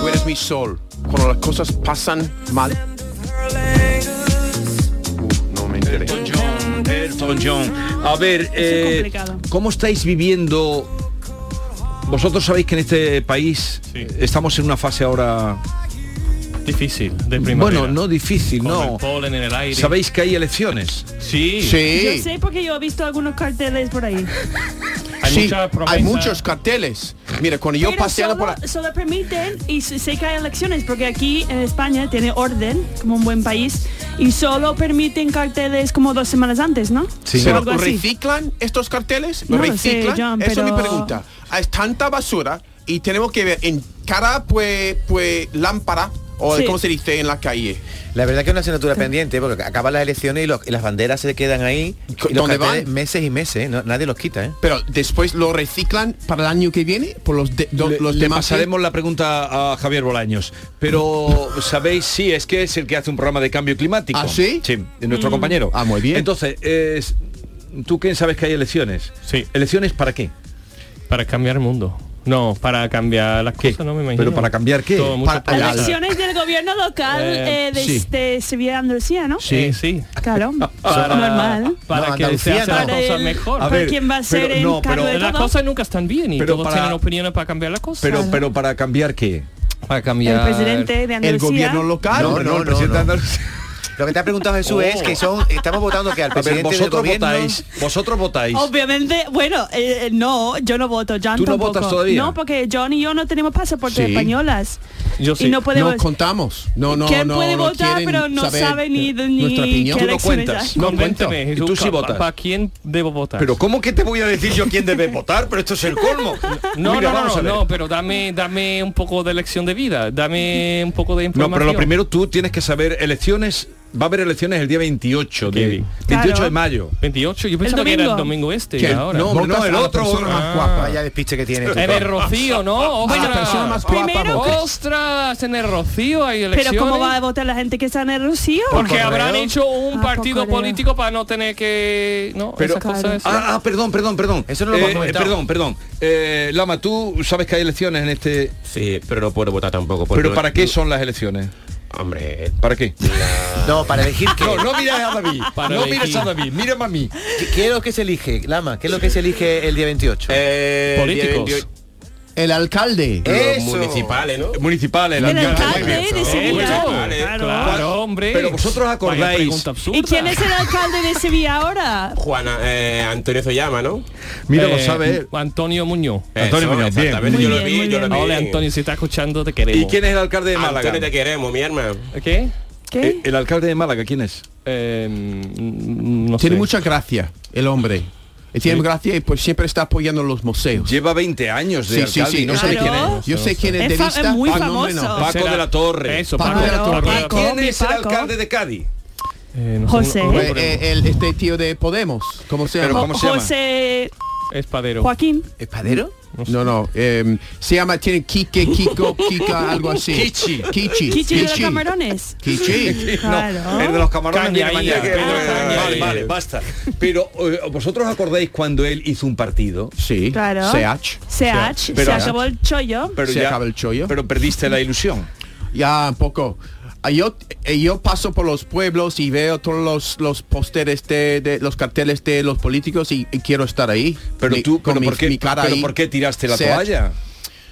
[SPEAKER 3] Tú eres mi sol. Cuando las cosas pasan mal,
[SPEAKER 1] Elton John, Elton John. A ver, eh, ¿cómo estáis viviendo? Vosotros sabéis que en este país
[SPEAKER 6] Sí.
[SPEAKER 1] estamos en una fase ahora...
[SPEAKER 6] Difícil, de primavera.
[SPEAKER 1] Bueno, no difícil,
[SPEAKER 6] Con
[SPEAKER 1] no.
[SPEAKER 6] el polen en el aire.
[SPEAKER 1] Sabéis que hay elecciones.
[SPEAKER 6] Sí.
[SPEAKER 2] Yo sé porque yo he visto algunos carteles por ahí.
[SPEAKER 3] Sí, hay muchos carteles. Mira, cuando yo
[SPEAKER 2] Pero
[SPEAKER 3] paseando
[SPEAKER 2] solo,
[SPEAKER 3] por la...
[SPEAKER 2] solo permiten y se se caen elecciones porque aquí en España tiene orden como un buen país y solo permiten carteles como dos semanas antes, ¿no? O
[SPEAKER 3] pero
[SPEAKER 2] algo así.
[SPEAKER 3] ¿reciclan estos carteles?
[SPEAKER 2] No lo sé,
[SPEAKER 3] ¿Reciclan?
[SPEAKER 2] John,
[SPEAKER 3] Eso es mi
[SPEAKER 2] pero-
[SPEAKER 3] pregunta. Hay tanta basura y tenemos que ver en cada pues, pues lámpara o
[SPEAKER 4] Sí.
[SPEAKER 3] cómo se dice en la calle.
[SPEAKER 4] La verdad que es una asignatura pendiente, porque acaban las elecciones y, los- y las banderas se quedan ahí. Y los
[SPEAKER 3] ¿Dónde
[SPEAKER 4] carteles meses y meses, no- nadie los quita, ¿eh?
[SPEAKER 3] Pero después lo reciclan para el año que viene por los, de- do-
[SPEAKER 1] Le-
[SPEAKER 3] los
[SPEAKER 1] le
[SPEAKER 3] demás.
[SPEAKER 1] pasaremos la pregunta a Javier Bolaños. Pero sabéis, sí, es que es el que hace un programa de cambio climático.
[SPEAKER 3] ¿Ah, sí?
[SPEAKER 1] es nuestro
[SPEAKER 3] Mm.
[SPEAKER 1] compañero.
[SPEAKER 3] Ah, muy bien.
[SPEAKER 1] Entonces, es- ¿tú quién sabes que hay elecciones? Sí. ¿Elecciones para qué?
[SPEAKER 6] Para cambiar el mundo. No, para cambiar las cosas, no me imagino.
[SPEAKER 1] ¿Pero para cambiar qué?
[SPEAKER 6] Todo, muchas
[SPEAKER 1] Para-
[SPEAKER 6] cosas.
[SPEAKER 2] Elecciones del gobierno local
[SPEAKER 6] Eh,
[SPEAKER 2] eh, de,
[SPEAKER 6] sí.
[SPEAKER 2] de Sevilla Andalucía, ¿no?
[SPEAKER 1] Eh.
[SPEAKER 6] Sí, sí.
[SPEAKER 1] Ah.
[SPEAKER 2] Claro,
[SPEAKER 6] Para-
[SPEAKER 2] normal.
[SPEAKER 6] Para
[SPEAKER 2] No,
[SPEAKER 6] que se
[SPEAKER 2] Andalucía
[SPEAKER 6] hagan las cosas
[SPEAKER 2] no. Para el-
[SPEAKER 6] mejor.
[SPEAKER 2] para A ver, quién va a ser pero- el no, cargo pero- de
[SPEAKER 6] las
[SPEAKER 2] todo.
[SPEAKER 6] cosas nunca están bien y
[SPEAKER 1] Pero
[SPEAKER 6] todos
[SPEAKER 1] para-
[SPEAKER 6] tienen opiniones para cambiar las cosas.
[SPEAKER 1] Pero, pero para cambiar qué?
[SPEAKER 6] Para cambiar
[SPEAKER 2] El presidente de Andalucía.
[SPEAKER 1] No, no, no, el presidente de Andalucía.
[SPEAKER 4] Lo que te ha preguntado Jesús es que son, estamos votando que al
[SPEAKER 1] A ver,
[SPEAKER 4] presidente del
[SPEAKER 1] vosotros
[SPEAKER 4] gobierno...
[SPEAKER 1] votáis, vosotros votáis.
[SPEAKER 2] Obviamente, bueno, eh, eh, no, yo no voto, John
[SPEAKER 1] ¿Tú no
[SPEAKER 2] tampoco.
[SPEAKER 1] votas todavía?
[SPEAKER 2] No, porque John y yo no tenemos pasaporte
[SPEAKER 3] Sí.
[SPEAKER 2] españolas. Y no podemos...
[SPEAKER 3] Nos contamos. No, no,
[SPEAKER 2] ¿Quién
[SPEAKER 3] no,
[SPEAKER 2] puede
[SPEAKER 3] no
[SPEAKER 2] votar,
[SPEAKER 3] quieren
[SPEAKER 2] pero no
[SPEAKER 3] saber
[SPEAKER 2] sabe ni-
[SPEAKER 3] nuestra
[SPEAKER 2] ni
[SPEAKER 3] opinión.
[SPEAKER 2] qué Tú no elecciones cuentas, hay? no
[SPEAKER 1] cuentas.
[SPEAKER 6] Cuéntame,
[SPEAKER 1] Y tú
[SPEAKER 6] Jesús,
[SPEAKER 1] sí
[SPEAKER 6] ¿pa-
[SPEAKER 1] votas.
[SPEAKER 6] ¿Para quién debo votar?
[SPEAKER 1] Pero ¿cómo que te voy a decir yo quién debe votar? Pero esto es el colmo.
[SPEAKER 6] No,
[SPEAKER 1] Mira,
[SPEAKER 6] no,
[SPEAKER 1] vamos a
[SPEAKER 6] no,
[SPEAKER 1] ver.
[SPEAKER 6] no, pero dame, dame un poco de lección de vida, dame un poco de
[SPEAKER 1] No,
[SPEAKER 6] información.
[SPEAKER 1] pero lo primero tú tienes que saber elecciones. Va a haber elecciones el día 28 de 28
[SPEAKER 6] Claro.
[SPEAKER 1] de mayo.
[SPEAKER 6] 28, yo pensaba que era el domingo este y
[SPEAKER 1] ¿Quién?
[SPEAKER 6] ahora.
[SPEAKER 1] No, hombre, no, el otro.
[SPEAKER 6] Ah.
[SPEAKER 4] Vaya despiste que tiene.
[SPEAKER 6] En el Rocío, ¿no?
[SPEAKER 4] A la persona más guapa, Primero porque-
[SPEAKER 6] ostras, en el Rocío hay elecciones.
[SPEAKER 2] Pero ¿cómo va a votar la gente que está en el Rocío?
[SPEAKER 6] Porque habrán hecho un
[SPEAKER 2] Ah, por
[SPEAKER 6] partido
[SPEAKER 2] correo.
[SPEAKER 6] político para no tener que... No,
[SPEAKER 1] Pero-
[SPEAKER 6] esas cosas.
[SPEAKER 1] ah, ah, perdón, perdón, perdón.
[SPEAKER 6] Eso no lo hemos
[SPEAKER 1] Eh,
[SPEAKER 6] comentado.
[SPEAKER 1] Perdón, perdón. Eh, Lama, tú sabes que hay elecciones en este.
[SPEAKER 5] Sí, pero no puedo votar tampoco. porque
[SPEAKER 1] Pero
[SPEAKER 5] no-
[SPEAKER 1] ¿para qué son las elecciones?
[SPEAKER 5] Hombre,
[SPEAKER 1] ¿Para qué?
[SPEAKER 4] No, para elegir qué.
[SPEAKER 1] No, no mires a David.
[SPEAKER 4] Para
[SPEAKER 1] no
[SPEAKER 4] elegir.
[SPEAKER 1] mires a David, mírame a mí.
[SPEAKER 4] ¿Qué, qué es lo que se elige, Lama? ¿Qué es lo que se elige el día 28?
[SPEAKER 5] Políticos. Eh, día 28.
[SPEAKER 3] El alcalde.
[SPEAKER 4] Eso.
[SPEAKER 5] municipales, ¿no?
[SPEAKER 1] Municipales,
[SPEAKER 3] El alcalde
[SPEAKER 5] Muy bien.
[SPEAKER 3] de Sevilla.
[SPEAKER 5] Municipales,
[SPEAKER 2] Claro.
[SPEAKER 6] Claro, hombre.
[SPEAKER 5] Pero vosotros
[SPEAKER 6] Vaya
[SPEAKER 5] acordáis-
[SPEAKER 6] pregunta absurda.
[SPEAKER 2] ¿Y quién es el alcalde de Sevilla ahora?
[SPEAKER 5] Juana, eh, Antonio se llama, ¿no?
[SPEAKER 6] Mira, lo sabe. Eh, Antonio Muñoz.
[SPEAKER 5] Eso, Antonio Muñoz, bien. exactamente, yo Muy lo bien, vi, muy yo lo bien. vi.
[SPEAKER 6] Hola, Antonio, si está escuchando, te queremos.
[SPEAKER 1] el alcalde
[SPEAKER 6] de Málaga?
[SPEAKER 5] Antonio, Ah, te queremos, mi hermano.
[SPEAKER 6] ¿Qué?
[SPEAKER 1] Eh, El alcalde de Málaga, ¿quién es?
[SPEAKER 3] tiene mucha gracia el hombre. Eh, Tiene
[SPEAKER 1] Sí.
[SPEAKER 3] gracia y pues siempre está apoyando los museos.
[SPEAKER 1] Lleva 20 años de
[SPEAKER 3] Sí, sí,
[SPEAKER 1] alcalde
[SPEAKER 3] sí,
[SPEAKER 1] y no sé
[SPEAKER 3] claro.
[SPEAKER 1] quién es.
[SPEAKER 3] Yo sé quién es de vista. Ah, no, hombre, no.
[SPEAKER 1] Paco de la Torre.
[SPEAKER 3] Eso, Paco Paco de la Torre. Torre.
[SPEAKER 1] ¿Y ¿Quién
[SPEAKER 3] Paco,
[SPEAKER 1] es el
[SPEAKER 3] Paco.
[SPEAKER 1] alcalde de Cádiz?
[SPEAKER 2] José.
[SPEAKER 3] Eh, eh, el- este tío de Podemos. ¿Cómo se llama?
[SPEAKER 2] Jo- José
[SPEAKER 6] Espadero.
[SPEAKER 2] Joaquín.
[SPEAKER 3] ¿Espadero? No, no. eh, se llama, tiene Kike, Eh, Kiko, Kika, algo así.
[SPEAKER 2] Kichi.
[SPEAKER 3] Kichi.
[SPEAKER 2] Kichi de los camarones.
[SPEAKER 3] Kichi.
[SPEAKER 2] Claro.
[SPEAKER 1] El de los camarones
[SPEAKER 3] Caña
[SPEAKER 1] viene
[SPEAKER 3] ahí,
[SPEAKER 1] mañana.
[SPEAKER 3] Pedro
[SPEAKER 1] Ah,
[SPEAKER 3] Caña
[SPEAKER 1] Vale,
[SPEAKER 3] ahí.
[SPEAKER 1] vale, basta. Pero eh, vosotros acordáis cuando él hizo un partido?
[SPEAKER 3] Sí.
[SPEAKER 2] Claro. CH.
[SPEAKER 1] Pero,
[SPEAKER 2] se acabó el chollo.
[SPEAKER 1] pero
[SPEAKER 3] Se
[SPEAKER 1] ya-
[SPEAKER 3] acaba el chollo.
[SPEAKER 1] Pero perdiste la ilusión.
[SPEAKER 3] Ya, un poco. Ah, Yo, eh, yo paso por los pueblos y veo todos los, los pósteres de, de- los carteles de los políticos y, y quiero estar ahí.
[SPEAKER 1] Pero
[SPEAKER 3] Mi-
[SPEAKER 1] tú,
[SPEAKER 3] con
[SPEAKER 1] pero
[SPEAKER 3] mi-
[SPEAKER 1] ¿por qué,
[SPEAKER 3] mi cara
[SPEAKER 1] pero
[SPEAKER 3] ahí.
[SPEAKER 1] por qué tiraste la
[SPEAKER 3] Se ha-
[SPEAKER 1] toalla?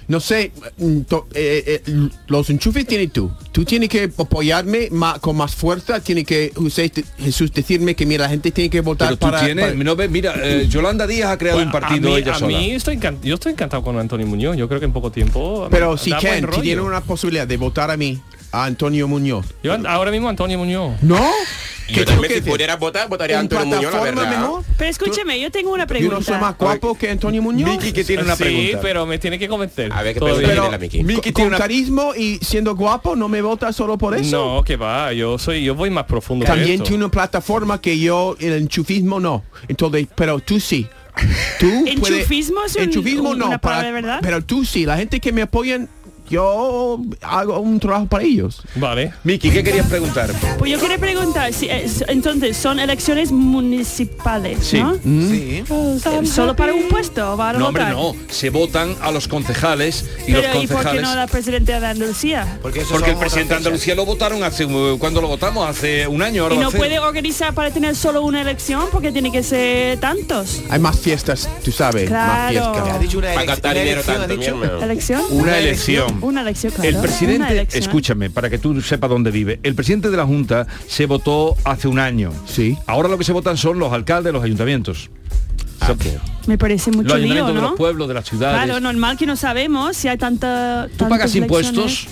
[SPEAKER 3] No sé, mm, to- eh, eh, los enchufes tienes tú. Tú tienes que apoyarme ma- con más fuerza, tiene que José- Jesús decirme que mira, la gente tiene que votar
[SPEAKER 1] Pero tú
[SPEAKER 3] para,
[SPEAKER 1] tienes,
[SPEAKER 3] para- Mm.
[SPEAKER 1] no ves, mira,
[SPEAKER 5] Mm.
[SPEAKER 1] eh, Yolanda Díaz ha creado
[SPEAKER 6] Bueno,
[SPEAKER 1] un partido
[SPEAKER 6] a mí,
[SPEAKER 1] ella
[SPEAKER 6] a
[SPEAKER 1] sola.
[SPEAKER 6] mí estoy encan- yo estoy encantado con Antonio Muñoz. Yo creo que en poco tiempo.
[SPEAKER 3] Pero si
[SPEAKER 6] da buen
[SPEAKER 3] Ken, si
[SPEAKER 6] rollo.
[SPEAKER 3] tiene una posibilidad de votar a mí, a Antonio Muñoz.
[SPEAKER 6] Yo an- ahora mismo Antonio Muñoz.
[SPEAKER 3] ¿No?
[SPEAKER 5] Yo también, si pudiera votar, votaría a
[SPEAKER 3] ¿En
[SPEAKER 5] Antonio Muñoz, la
[SPEAKER 3] plataforma
[SPEAKER 5] verdad.
[SPEAKER 3] mejor?
[SPEAKER 2] Pero escúcheme, yo tengo una
[SPEAKER 3] Yo
[SPEAKER 2] pregunta.
[SPEAKER 3] no soy más guapo que Antonio Muñoz.
[SPEAKER 6] sí, pero me tiene que convencer. A ver,
[SPEAKER 3] Pero con, con carisma y siendo guapo no me vota solo por eso.
[SPEAKER 6] No, que va, yo soy, yo voy más profundo. que
[SPEAKER 3] También
[SPEAKER 6] esto.
[SPEAKER 3] tiene una plataforma que yo el enchufismo no. Entonces, pero tú sí. Tú puedes-
[SPEAKER 2] ¿Enchufismo es un-
[SPEAKER 3] enchufismo
[SPEAKER 2] un-
[SPEAKER 3] no,
[SPEAKER 2] una
[SPEAKER 3] para-
[SPEAKER 2] palabra de verdad?
[SPEAKER 3] pero tú sí, la gente que me apoyan yo hago un trabajo para ellos.
[SPEAKER 6] Vale.
[SPEAKER 1] Miki, ¿qué querías preguntar?
[SPEAKER 2] Pues yo quiero preguntar, si es- entonces, son elecciones municipales, ¿no?
[SPEAKER 3] Mm.
[SPEAKER 1] Sí.
[SPEAKER 2] Eh, ¿Solo para un puesto van a
[SPEAKER 1] No, hombre,
[SPEAKER 2] votar?
[SPEAKER 1] no. Se votan a los concejales y los
[SPEAKER 2] Pero ¿y por qué
[SPEAKER 1] concejales.
[SPEAKER 2] no la presidenta de Andalucía?
[SPEAKER 1] Porque el presidente de Andalucía lo votaron hace eh, ¿cuándo lo votamos? Hace un año ahora
[SPEAKER 2] Y
[SPEAKER 1] va a
[SPEAKER 2] no
[SPEAKER 1] hacer.
[SPEAKER 2] puede organizar para tener solo una elección porque tiene que ser tantos.
[SPEAKER 3] Hay más fiestas, tú sabes, más
[SPEAKER 2] Claro.
[SPEAKER 3] fiestas.
[SPEAKER 2] Ha dicho una
[SPEAKER 5] Para gastar dinero tanto, mi hermano.
[SPEAKER 2] ¿Elección?
[SPEAKER 1] Una elección.
[SPEAKER 2] Una elección, claro.
[SPEAKER 1] El
[SPEAKER 2] Una
[SPEAKER 1] presidente,
[SPEAKER 2] elección.
[SPEAKER 1] escúchame, para que tú sepas dónde vive, el presidente de la Junta se votó hace un año.
[SPEAKER 3] Sí.
[SPEAKER 1] Ahora lo que se votan son los alcaldes, los ayuntamientos.
[SPEAKER 3] Ah,
[SPEAKER 2] Me parece mucho
[SPEAKER 1] los
[SPEAKER 2] lío,
[SPEAKER 1] ayuntamientos de
[SPEAKER 2] ¿no?
[SPEAKER 1] los pueblos, de las ciudades.
[SPEAKER 2] Claro, normal que no sabemos si hay tanta...
[SPEAKER 1] ¿Tú pagas impuestos?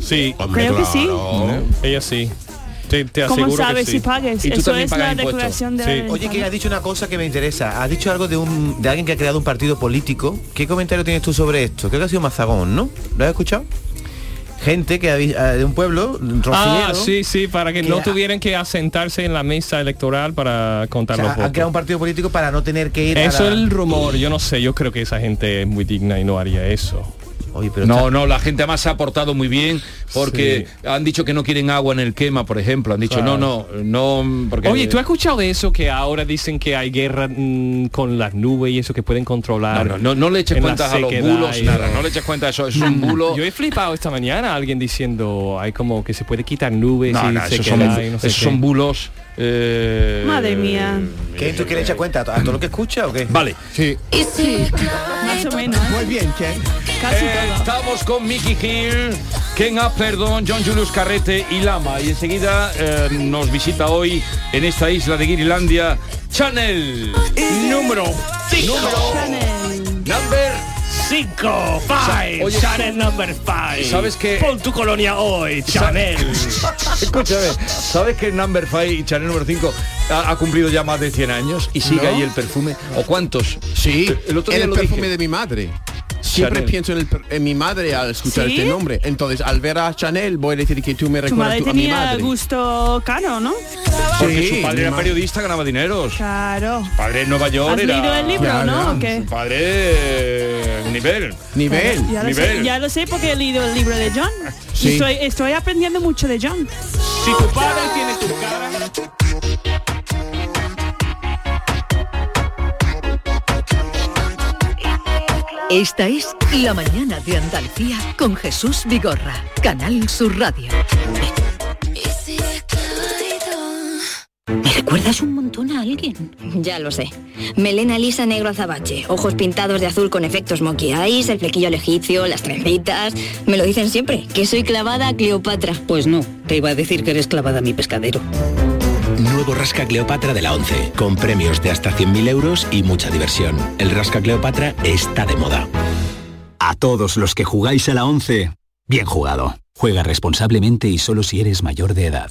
[SPEAKER 6] Sí.
[SPEAKER 2] Hombre, Creo que sí. claro.
[SPEAKER 6] Ella sí. Te, te
[SPEAKER 2] ¿Cómo
[SPEAKER 6] aseguro
[SPEAKER 2] sabes
[SPEAKER 6] que
[SPEAKER 2] si
[SPEAKER 6] sí.
[SPEAKER 2] pagues? Eso es la declaración de... la
[SPEAKER 4] Oye, que has dicho una cosa que me interesa. Has dicho algo de un de alguien que ha creado un partido político. ¿Qué comentario tienes tú sobre esto? Creo que ha sido Mazagón, ¿no? ¿Lo has escuchado? Gente que ha vi- ah, de un pueblo, rociero,
[SPEAKER 6] Ah, sí, sí, para que
[SPEAKER 4] que
[SPEAKER 6] no
[SPEAKER 4] ha-
[SPEAKER 6] tuvieran que asentarse en la mesa electoral para
[SPEAKER 4] o
[SPEAKER 6] contar
[SPEAKER 4] sea,
[SPEAKER 6] los
[SPEAKER 4] han
[SPEAKER 6] votos.
[SPEAKER 4] creado un partido político para no tener que ir
[SPEAKER 6] Eso
[SPEAKER 4] a
[SPEAKER 6] es
[SPEAKER 4] la-
[SPEAKER 6] el rumor, yo no sé, yo creo que esa gente es muy digna y no haría eso.
[SPEAKER 1] no, no, la gente además se ha portado muy bien porque han dicho que no quieren agua en el quema, por ejemplo. Han dicho,
[SPEAKER 6] Claro.
[SPEAKER 1] no, no, no, porque...
[SPEAKER 6] Oye, ¿tú has escuchado de eso que ahora dicen que hay guerra mm, con las nubes y eso que pueden controlar?
[SPEAKER 1] No, no, no, no le eches
[SPEAKER 6] en la
[SPEAKER 1] cuentas a los
[SPEAKER 6] sequedad
[SPEAKER 1] bulos,
[SPEAKER 6] y-
[SPEAKER 1] nada, no le eches cuenta a eso, es un bulo.
[SPEAKER 6] Yo he flipado esta mañana a alguien diciendo hay como que se puede quitar nubes
[SPEAKER 1] No,
[SPEAKER 6] y
[SPEAKER 1] no, esos
[SPEAKER 6] sequedad
[SPEAKER 1] son,
[SPEAKER 6] y no sé
[SPEAKER 1] esos
[SPEAKER 6] qué.
[SPEAKER 1] son bulos. eh,
[SPEAKER 2] Madre mía.
[SPEAKER 4] ¿Qué? ¿Tú quieres echar cuenta a todo lo que escucha o qué?
[SPEAKER 1] Vale.
[SPEAKER 3] Sí.
[SPEAKER 2] Más o menos. ¿eh?
[SPEAKER 3] Muy bien, Ken.
[SPEAKER 2] Casi
[SPEAKER 1] Eh, Estamos con Mickey Hill, Ken Perdón, John Julius Carrete y Lama. Y enseguida eh, nos visita hoy en esta isla de Guirilandia, Chanel.
[SPEAKER 11] Número 5.
[SPEAKER 1] Number
[SPEAKER 11] 5.
[SPEAKER 1] Sa-
[SPEAKER 11] 5.
[SPEAKER 1] oye,
[SPEAKER 11] Chanel number 5.
[SPEAKER 1] ¿sabes qué?
[SPEAKER 11] Pon tu colonia hoy,
[SPEAKER 1] Sa-
[SPEAKER 11] Chanel.
[SPEAKER 1] Escúchame, ¿sabes que Number 5 y Chanel número 5 ha, ha cumplido ya más de 100 años y sigue
[SPEAKER 3] ¿No?
[SPEAKER 1] ahí el perfume? ¿O cuántos? Sí, el otro día
[SPEAKER 3] el
[SPEAKER 1] lo
[SPEAKER 3] perfume
[SPEAKER 1] dije.
[SPEAKER 3] de mi madre. Siempre
[SPEAKER 1] Chanel.
[SPEAKER 3] pienso en, el per- en mi madre al escuchar
[SPEAKER 2] ¿Sí?
[SPEAKER 3] este nombre. Entonces, al ver a Chanel, voy a decir que tú me
[SPEAKER 2] Tu
[SPEAKER 3] recuerdas
[SPEAKER 2] madre
[SPEAKER 3] tú- a mi
[SPEAKER 2] tenía
[SPEAKER 3] madre.
[SPEAKER 2] gusto caro, ¿no?
[SPEAKER 1] Porque
[SPEAKER 3] Sí,
[SPEAKER 1] su padre
[SPEAKER 3] mi
[SPEAKER 1] era
[SPEAKER 3] madre.
[SPEAKER 1] periodista, ganaba dineros.
[SPEAKER 2] Claro.
[SPEAKER 1] Padre en Nueva York
[SPEAKER 2] ¿Has
[SPEAKER 1] era.
[SPEAKER 2] leído el libro, Ya, no? ya. ¿O qué?
[SPEAKER 1] Su Padre eh, nivel.
[SPEAKER 3] Nivel.
[SPEAKER 2] Ya lo, sé,
[SPEAKER 1] Nivel.
[SPEAKER 2] ya lo sé porque he leído el libro de John.
[SPEAKER 1] Sí.
[SPEAKER 2] Y estoy, estoy aprendiendo mucho de John.
[SPEAKER 11] Si tu padre tiene tu cara.
[SPEAKER 8] Esta es La Mañana de Andalucía con Jesús Vigorra, Canal Sur Radio.
[SPEAKER 23] Me recuerdas un montón a alguien.
[SPEAKER 24] Ya lo sé. Melena lisa negro azabache, ojos pintados de azul con efectos monkey eyes, el flequillo al egipcio, las trencitas. Me lo dicen siempre, que soy clavada a Cleopatra.
[SPEAKER 23] Pues no, te iba a decir que eres clavada a mi pescadero.
[SPEAKER 25] Nuevo Rasca Cleopatra de la 11, con premios de hasta 100.000 euros y mucha diversión. El Rasca Cleopatra está de moda.
[SPEAKER 26] A todos los que jugáis a la 11, bien jugado. Juega responsablemente y solo si eres mayor de edad.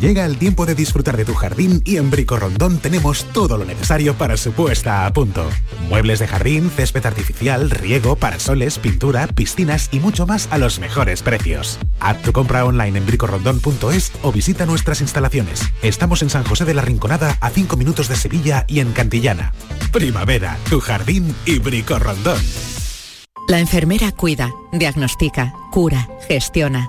[SPEAKER 17] Llega el tiempo de disfrutar de tu jardín y en Brico Rondón tenemos todo lo necesario para su puesta a punto. Muebles de jardín, césped artificial, riego, parasoles, pintura, piscinas y mucho más a los mejores precios. Haz tu compra online en bricorondón.es o visita nuestras instalaciones. Estamos en San José de la Rinconada a 5 minutos de Sevilla y en Cantillana. Primavera, tu jardín y Brico Rondón.
[SPEAKER 27] La enfermera cuida, diagnostica, cura, gestiona,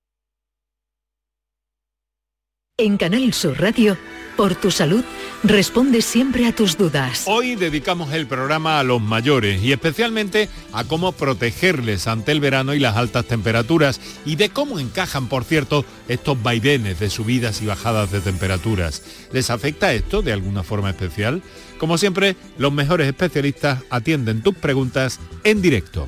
[SPEAKER 8] En Canal Sur Radio, por tu salud, responde siempre a tus dudas.
[SPEAKER 28] Hoy dedicamos el programa a los mayores y especialmente a cómo protegerles ante el verano y las altas temperaturas y de cómo encajan, por cierto, estos vaivenes de subidas y bajadas de temperaturas. ¿Les afecta esto de alguna forma especial? Como siempre, los mejores especialistas atienden tus preguntas en directo.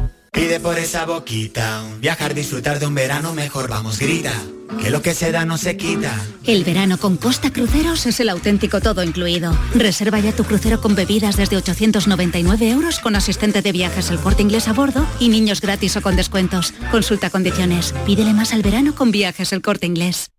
[SPEAKER 27] Pide por esa boquita, viajar, disfrutar de un verano mejor, vamos, grita, que lo que se da no se quita.
[SPEAKER 28] El verano con Costa Cruceros es el auténtico todo incluido. Reserva ya tu crucero con bebidas desde 899 euros con asistente de viajes el corte inglés a bordo y niños gratis o con descuentos. Consulta condiciones. Pídele más al verano con viajes el corte inglés.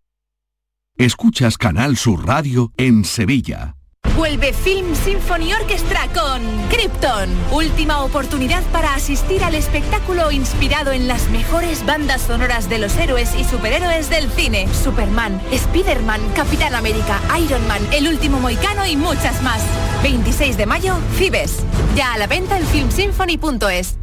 [SPEAKER 29] Escuchas Canal Sur Radio en Sevilla.
[SPEAKER 30] Vuelve Film Symphony Orchestra con Krypton. Última oportunidad para asistir al espectáculo inspirado en las mejores bandas sonoras de los héroes y superhéroes del cine. Superman, Spider-Man, Capitán América, Iron Man, El último Moicano y muchas más. 26 de mayo, Fibes. Ya a la venta en filmsymphony.es.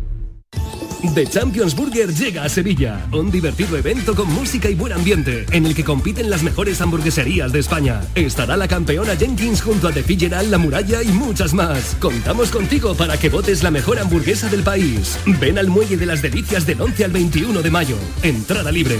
[SPEAKER 31] The Champions Burger llega a Sevilla, un divertido evento con música y buen ambiente, en el que compiten las mejores hamburgueserías de España. Estará la campeona Jenkins junto a The Fitzgerald, La Muralla y muchas más. Contamos contigo para que votes la mejor hamburguesa del país. Ven al Muelle de las Delicias del 11 al 21 de mayo. Entrada libre.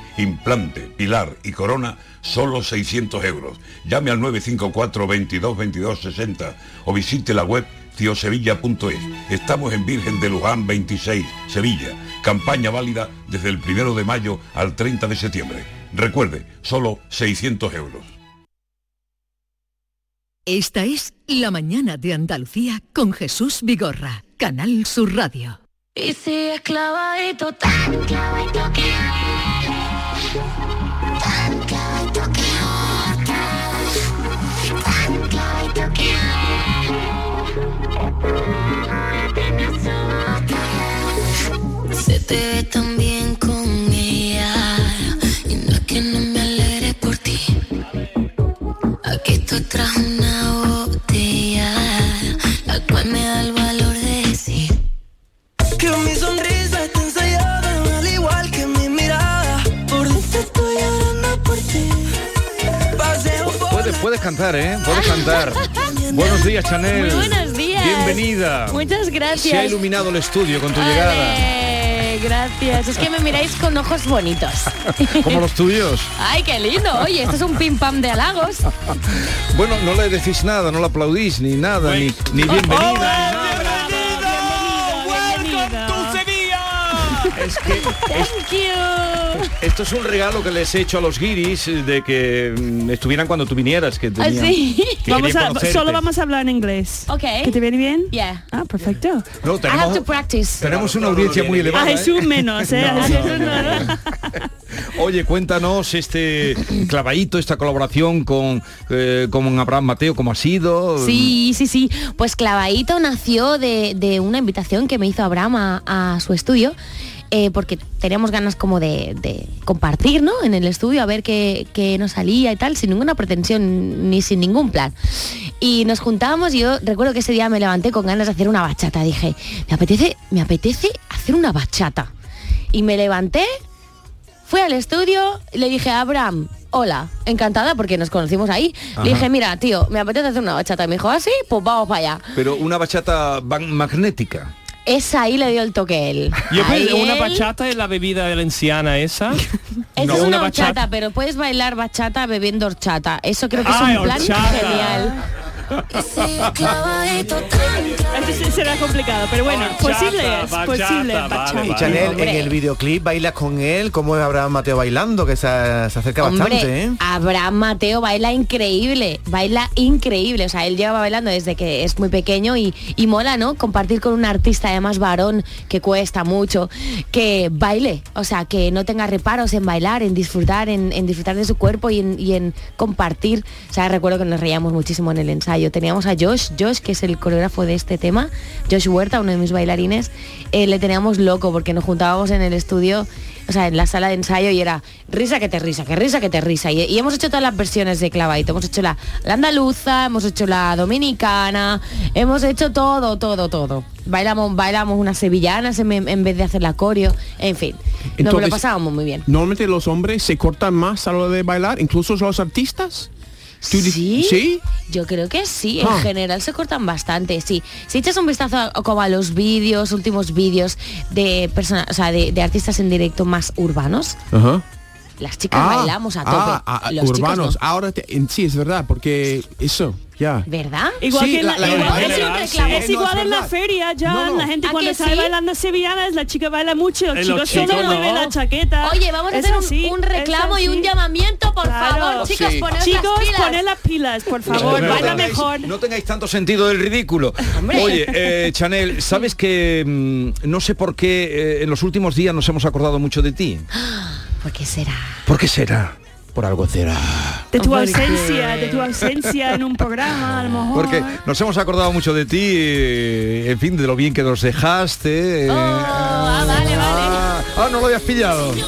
[SPEAKER 9] Implante, pilar y corona, solo 600 euros. Llame al 954 22 22 60 o visite la web ciosevilla.es. Estamos en Virgen de Luján 26, Sevilla. Campaña válida desde el 1 de mayo al 30 de septiembre. Recuerde, solo 600 euros.
[SPEAKER 8] Esta es La mañana de Andalucía con Jesús Vigorra, Canal Sur Radio.
[SPEAKER 23] Y si esclavadito tan esclavadito que eres, tan esclavadito que estás, tan esclavadito que eres, me asustas. Se te ve tan bien con ella y no es que no me alegre por ti. Aquí estoy tras una botella, la cual me da el valor de decir.
[SPEAKER 7] Que mi sonrisa está ensayada, al igual que mi mirada. Por dentro estoy llorando por ti. Paseo por
[SPEAKER 1] Puedes, puedes cantar, ¿eh? Puedes cantar. Buenos días, Chanel.
[SPEAKER 10] Muy buenos días.
[SPEAKER 1] Bienvenida.
[SPEAKER 10] Muchas gracias.
[SPEAKER 1] Se ha iluminado el estudio con tu
[SPEAKER 10] Ole,
[SPEAKER 1] llegada.
[SPEAKER 10] Gracias. Es que me miráis con ojos bonitos.
[SPEAKER 1] Como los tuyos.
[SPEAKER 10] Ay, qué lindo. Oye, esto es un pim pam de halagos.
[SPEAKER 1] Bueno, no le decís nada, no le aplaudís ni nada, ni, ni bienvenida. ni nada. Es que
[SPEAKER 10] Thank you.
[SPEAKER 1] esto es un regalo que les he hecho a los guiris eh, de que mm, estuvieran cuando tú vinieras, que
[SPEAKER 10] Ah,
[SPEAKER 1] tenían,
[SPEAKER 10] sí.
[SPEAKER 1] que
[SPEAKER 2] Vamos
[SPEAKER 1] querían
[SPEAKER 2] a,
[SPEAKER 1] conocerte.
[SPEAKER 2] solo vamos a hablar en inglés.
[SPEAKER 10] Okay.
[SPEAKER 2] ¿Que te viene bien?
[SPEAKER 10] Yeah.
[SPEAKER 2] Ah, perfecto.
[SPEAKER 1] No, tenemos-
[SPEAKER 10] practice.
[SPEAKER 1] Tenemos una audiencia muy
[SPEAKER 2] A
[SPEAKER 1] elevada. ¿eh?
[SPEAKER 2] Jesús menos, ¿eh?
[SPEAKER 1] No,
[SPEAKER 2] A Jesús
[SPEAKER 1] no.
[SPEAKER 2] no.
[SPEAKER 1] Oye, cuéntanos este clavadito, esta colaboración con, eh, con Abraham Mateo, ¿cómo ha sido?
[SPEAKER 10] Sí, sí, sí. Pues Clavadito nació de, de una invitación que me hizo Abraham a, a su estudio. eh, porque teníamos ganas como de, de compartir, ¿no? En el estudio, a ver qué, qué nos salía y tal, sin ninguna pretensión ni sin ningún plan. Y nos juntábamos, y yo recuerdo que ese día me levanté con ganas de hacer una bachata. Dije, me apetece, me apetece hacer una bachata. Y me levanté, Fui al estudio, le dije a Abraham, hola, encantada porque nos conocimos ahí.
[SPEAKER 1] Ajá.
[SPEAKER 10] Le dije, mira, tío, me apetece hacer una bachata. Y me dijo, así, pues vamos para allá.
[SPEAKER 1] Pero una bachata ban- magnética.
[SPEAKER 10] Esa ahí le dio el toque él.
[SPEAKER 6] Yo
[SPEAKER 10] Ahí
[SPEAKER 6] pensé, una
[SPEAKER 10] él-
[SPEAKER 6] bachata es la bebida valenciana esa.
[SPEAKER 10] Esa es una horchata, pero puedes bailar bachata bebiendo horchata. Eso creo que
[SPEAKER 6] Ay,
[SPEAKER 10] es un plan
[SPEAKER 6] horchata.
[SPEAKER 10] genial.
[SPEAKER 2] Esto Este se- será complicado, pero bueno, posible es, posible. bachata.
[SPEAKER 4] y Chanel en
[SPEAKER 10] Hombre.
[SPEAKER 4] el videoclip bailas con él, como es Abraham Mateo bailando, que se, se acerca bastante,
[SPEAKER 10] Hombre,
[SPEAKER 4] ¿eh?
[SPEAKER 10] Abraham Mateo baila increíble, baila increíble. O sea, él lleva bailando desde que es muy pequeño y, y mola, ¿no? Compartir con un artista además varón que cuesta mucho, que baile, o sea, que no tenga reparos en bailar, en disfrutar, en, en disfrutar de su cuerpo y en, y en compartir. O sea, recuerdo que nos reíamos muchísimo en el ensayo. Teníamos a Josh, Josh, que es el coreógrafo de este tema, Josh Huerta, uno de mis bailarines, eh, le teníamos loco porque nos juntábamos en el estudio o sea, en la sala de ensayo y era risa que te risa, que risa que te risa. Y, y hemos hecho todas las versiones de clavadito. Hemos hecho la, la andaluza, hemos hecho la dominicana, hemos hecho todo, todo, todo. Bailamos, bailamos unas sevillanas en, en vez de hacer la coreo, en fin. nos lo
[SPEAKER 3] Entonces-
[SPEAKER 10] pasábamos muy bien.
[SPEAKER 3] Normalmente los hombres se cortan más a la hora de bailar, incluso los artistas. Tú di-
[SPEAKER 10] ¿Sí?
[SPEAKER 3] ¿Sí?
[SPEAKER 10] Yo creo que sí,
[SPEAKER 3] Ah.
[SPEAKER 2] Ah.
[SPEAKER 10] en general se cortan bastante, sí. Si echas un vistazo a, como a los vídeos, últimos vídeos de persona, o sea, de, de artistas en directo más urbanos,
[SPEAKER 3] Ajá.
[SPEAKER 10] las chicas
[SPEAKER 3] Ah,
[SPEAKER 10] bailamos a tope.
[SPEAKER 3] ah, ah,
[SPEAKER 10] los chicos no.
[SPEAKER 3] urbanos. Ahora te- en sí es verdad, porque eso, ya.
[SPEAKER 10] ¿Verdad?
[SPEAKER 2] Igual
[SPEAKER 3] Sí,
[SPEAKER 2] que en la,
[SPEAKER 3] la- la-
[SPEAKER 2] igual-
[SPEAKER 3] la-
[SPEAKER 2] es,
[SPEAKER 3] la-
[SPEAKER 2] un
[SPEAKER 3] la-
[SPEAKER 2] reclamo.
[SPEAKER 3] sí,
[SPEAKER 2] Ah, Es
[SPEAKER 3] no,
[SPEAKER 2] igual
[SPEAKER 3] es
[SPEAKER 2] en la
[SPEAKER 3] verdad.
[SPEAKER 2] feria ya,
[SPEAKER 3] No, no.
[SPEAKER 2] la gente
[SPEAKER 10] ¿A
[SPEAKER 2] cuando
[SPEAKER 10] que
[SPEAKER 2] sale
[SPEAKER 10] sí?
[SPEAKER 2] bailando sevillanas, la chica baila mucho, los
[SPEAKER 6] Eh,
[SPEAKER 2] chicos
[SPEAKER 6] los
[SPEAKER 2] solo
[SPEAKER 6] chicos no.
[SPEAKER 2] mueven la chaqueta.
[SPEAKER 10] Oye, vamos a
[SPEAKER 2] Es
[SPEAKER 10] hacer un,
[SPEAKER 2] así,
[SPEAKER 10] un
[SPEAKER 2] es
[SPEAKER 10] reclamo y un
[SPEAKER 2] así.
[SPEAKER 10] llamamiento, por
[SPEAKER 2] Claro.
[SPEAKER 10] favor, chicos,
[SPEAKER 1] Sí.
[SPEAKER 10] poneos
[SPEAKER 2] Chicos,
[SPEAKER 10] las pilas.
[SPEAKER 2] poned las pilas, por favor,
[SPEAKER 1] No
[SPEAKER 2] baila
[SPEAKER 1] tengáis-
[SPEAKER 2] mejor.
[SPEAKER 1] No tengáis tanto sentido del ridículo. Oye, eh, Chanel, ¿sabes que mm, no sé por qué eh, en los últimos días nos hemos acordado mucho de ti?
[SPEAKER 10] ¿Por qué será?
[SPEAKER 1] ¿Por qué será? Por algo será.
[SPEAKER 2] De tu
[SPEAKER 1] Porque-
[SPEAKER 2] ausencia, de tu ausencia en un programa, a lo mejor.
[SPEAKER 1] Porque nos hemos acordado mucho de ti, eh, en fin, de lo bien que nos
[SPEAKER 2] Oh.
[SPEAKER 1] Ah, dejaste. eh, ah, ah, no lo habías pillado.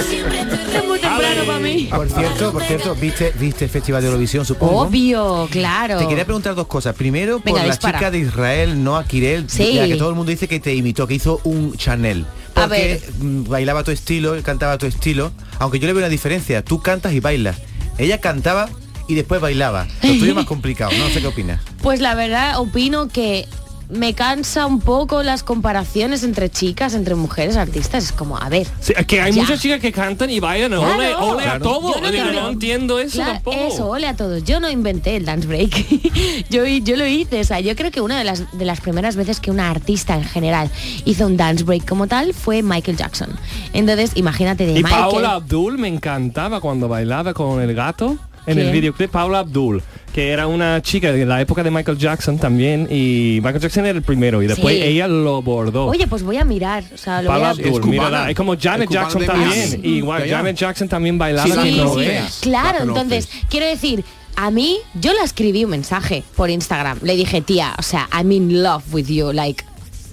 [SPEAKER 2] Es muy temprano para mí.
[SPEAKER 4] Por cierto, por cierto, viste, viste el Festival de Eurovisión, supongo.
[SPEAKER 10] Obvio, claro.
[SPEAKER 4] Te quería preguntar dos cosas. Primero, por
[SPEAKER 10] Venga,
[SPEAKER 4] la
[SPEAKER 10] dispara.
[SPEAKER 4] chica de Israel, Noah Kirel,
[SPEAKER 10] Sí.
[SPEAKER 4] la que todo el mundo dice que te imitó, que hizo un Chanel.
[SPEAKER 10] A
[SPEAKER 4] Porque mm, bailaba a tu estilo, él cantaba a tu estilo. Aunque yo le veo una diferencia, tú cantas y bailas. Ella cantaba y después bailaba. Lo tuyo es más complicado, no sé qué opinas.
[SPEAKER 10] Pues la verdad opino que me cansa un poco las comparaciones entre chicas, entre mujeres artistas. Es como, a ver.
[SPEAKER 6] Sí, es que hay
[SPEAKER 10] ya.
[SPEAKER 6] muchas chicas que cantan y bailan,
[SPEAKER 10] Claro.
[SPEAKER 6] ole, ole a
[SPEAKER 10] Claro.
[SPEAKER 6] todo.
[SPEAKER 10] Yo no
[SPEAKER 6] Digo,
[SPEAKER 10] creo-
[SPEAKER 6] no entiendo eso
[SPEAKER 10] Claro,
[SPEAKER 6] tampoco.
[SPEAKER 10] Eso, ole a todos. Yo no inventé el dance break. yo, yo lo hice. O sea, yo creo que una de las, de las primeras veces que una artista en general hizo un dance break como tal fue Michael Jackson. Entonces, imagínate de
[SPEAKER 6] Y
[SPEAKER 10] Michael.
[SPEAKER 6] Paola Abdul me encantaba cuando bailaba con el gato en el
[SPEAKER 10] ¿Quién?
[SPEAKER 6] videoclip Paola Abdul, que era una chica de la época de Michael Jackson también y Michael Jackson era el primero y después
[SPEAKER 10] Sí.
[SPEAKER 6] ella lo bordó.
[SPEAKER 10] Oye, pues voy a mirar. O sea, lo voy
[SPEAKER 6] Paola
[SPEAKER 10] a...
[SPEAKER 6] Abdul, mírala, es como Janet
[SPEAKER 4] Es cubana
[SPEAKER 6] Jackson
[SPEAKER 4] de
[SPEAKER 6] también.
[SPEAKER 4] Miami.
[SPEAKER 6] y igual
[SPEAKER 4] Calla.
[SPEAKER 6] Janet Jackson también bailaba
[SPEAKER 10] Sí,
[SPEAKER 6] en
[SPEAKER 10] sí,
[SPEAKER 6] Noruega.
[SPEAKER 10] sí. Claro, entonces, quiero decir, a mí, yo le escribí un mensaje por Instagram. Le dije, tía, o sea, I'm in love with you, like...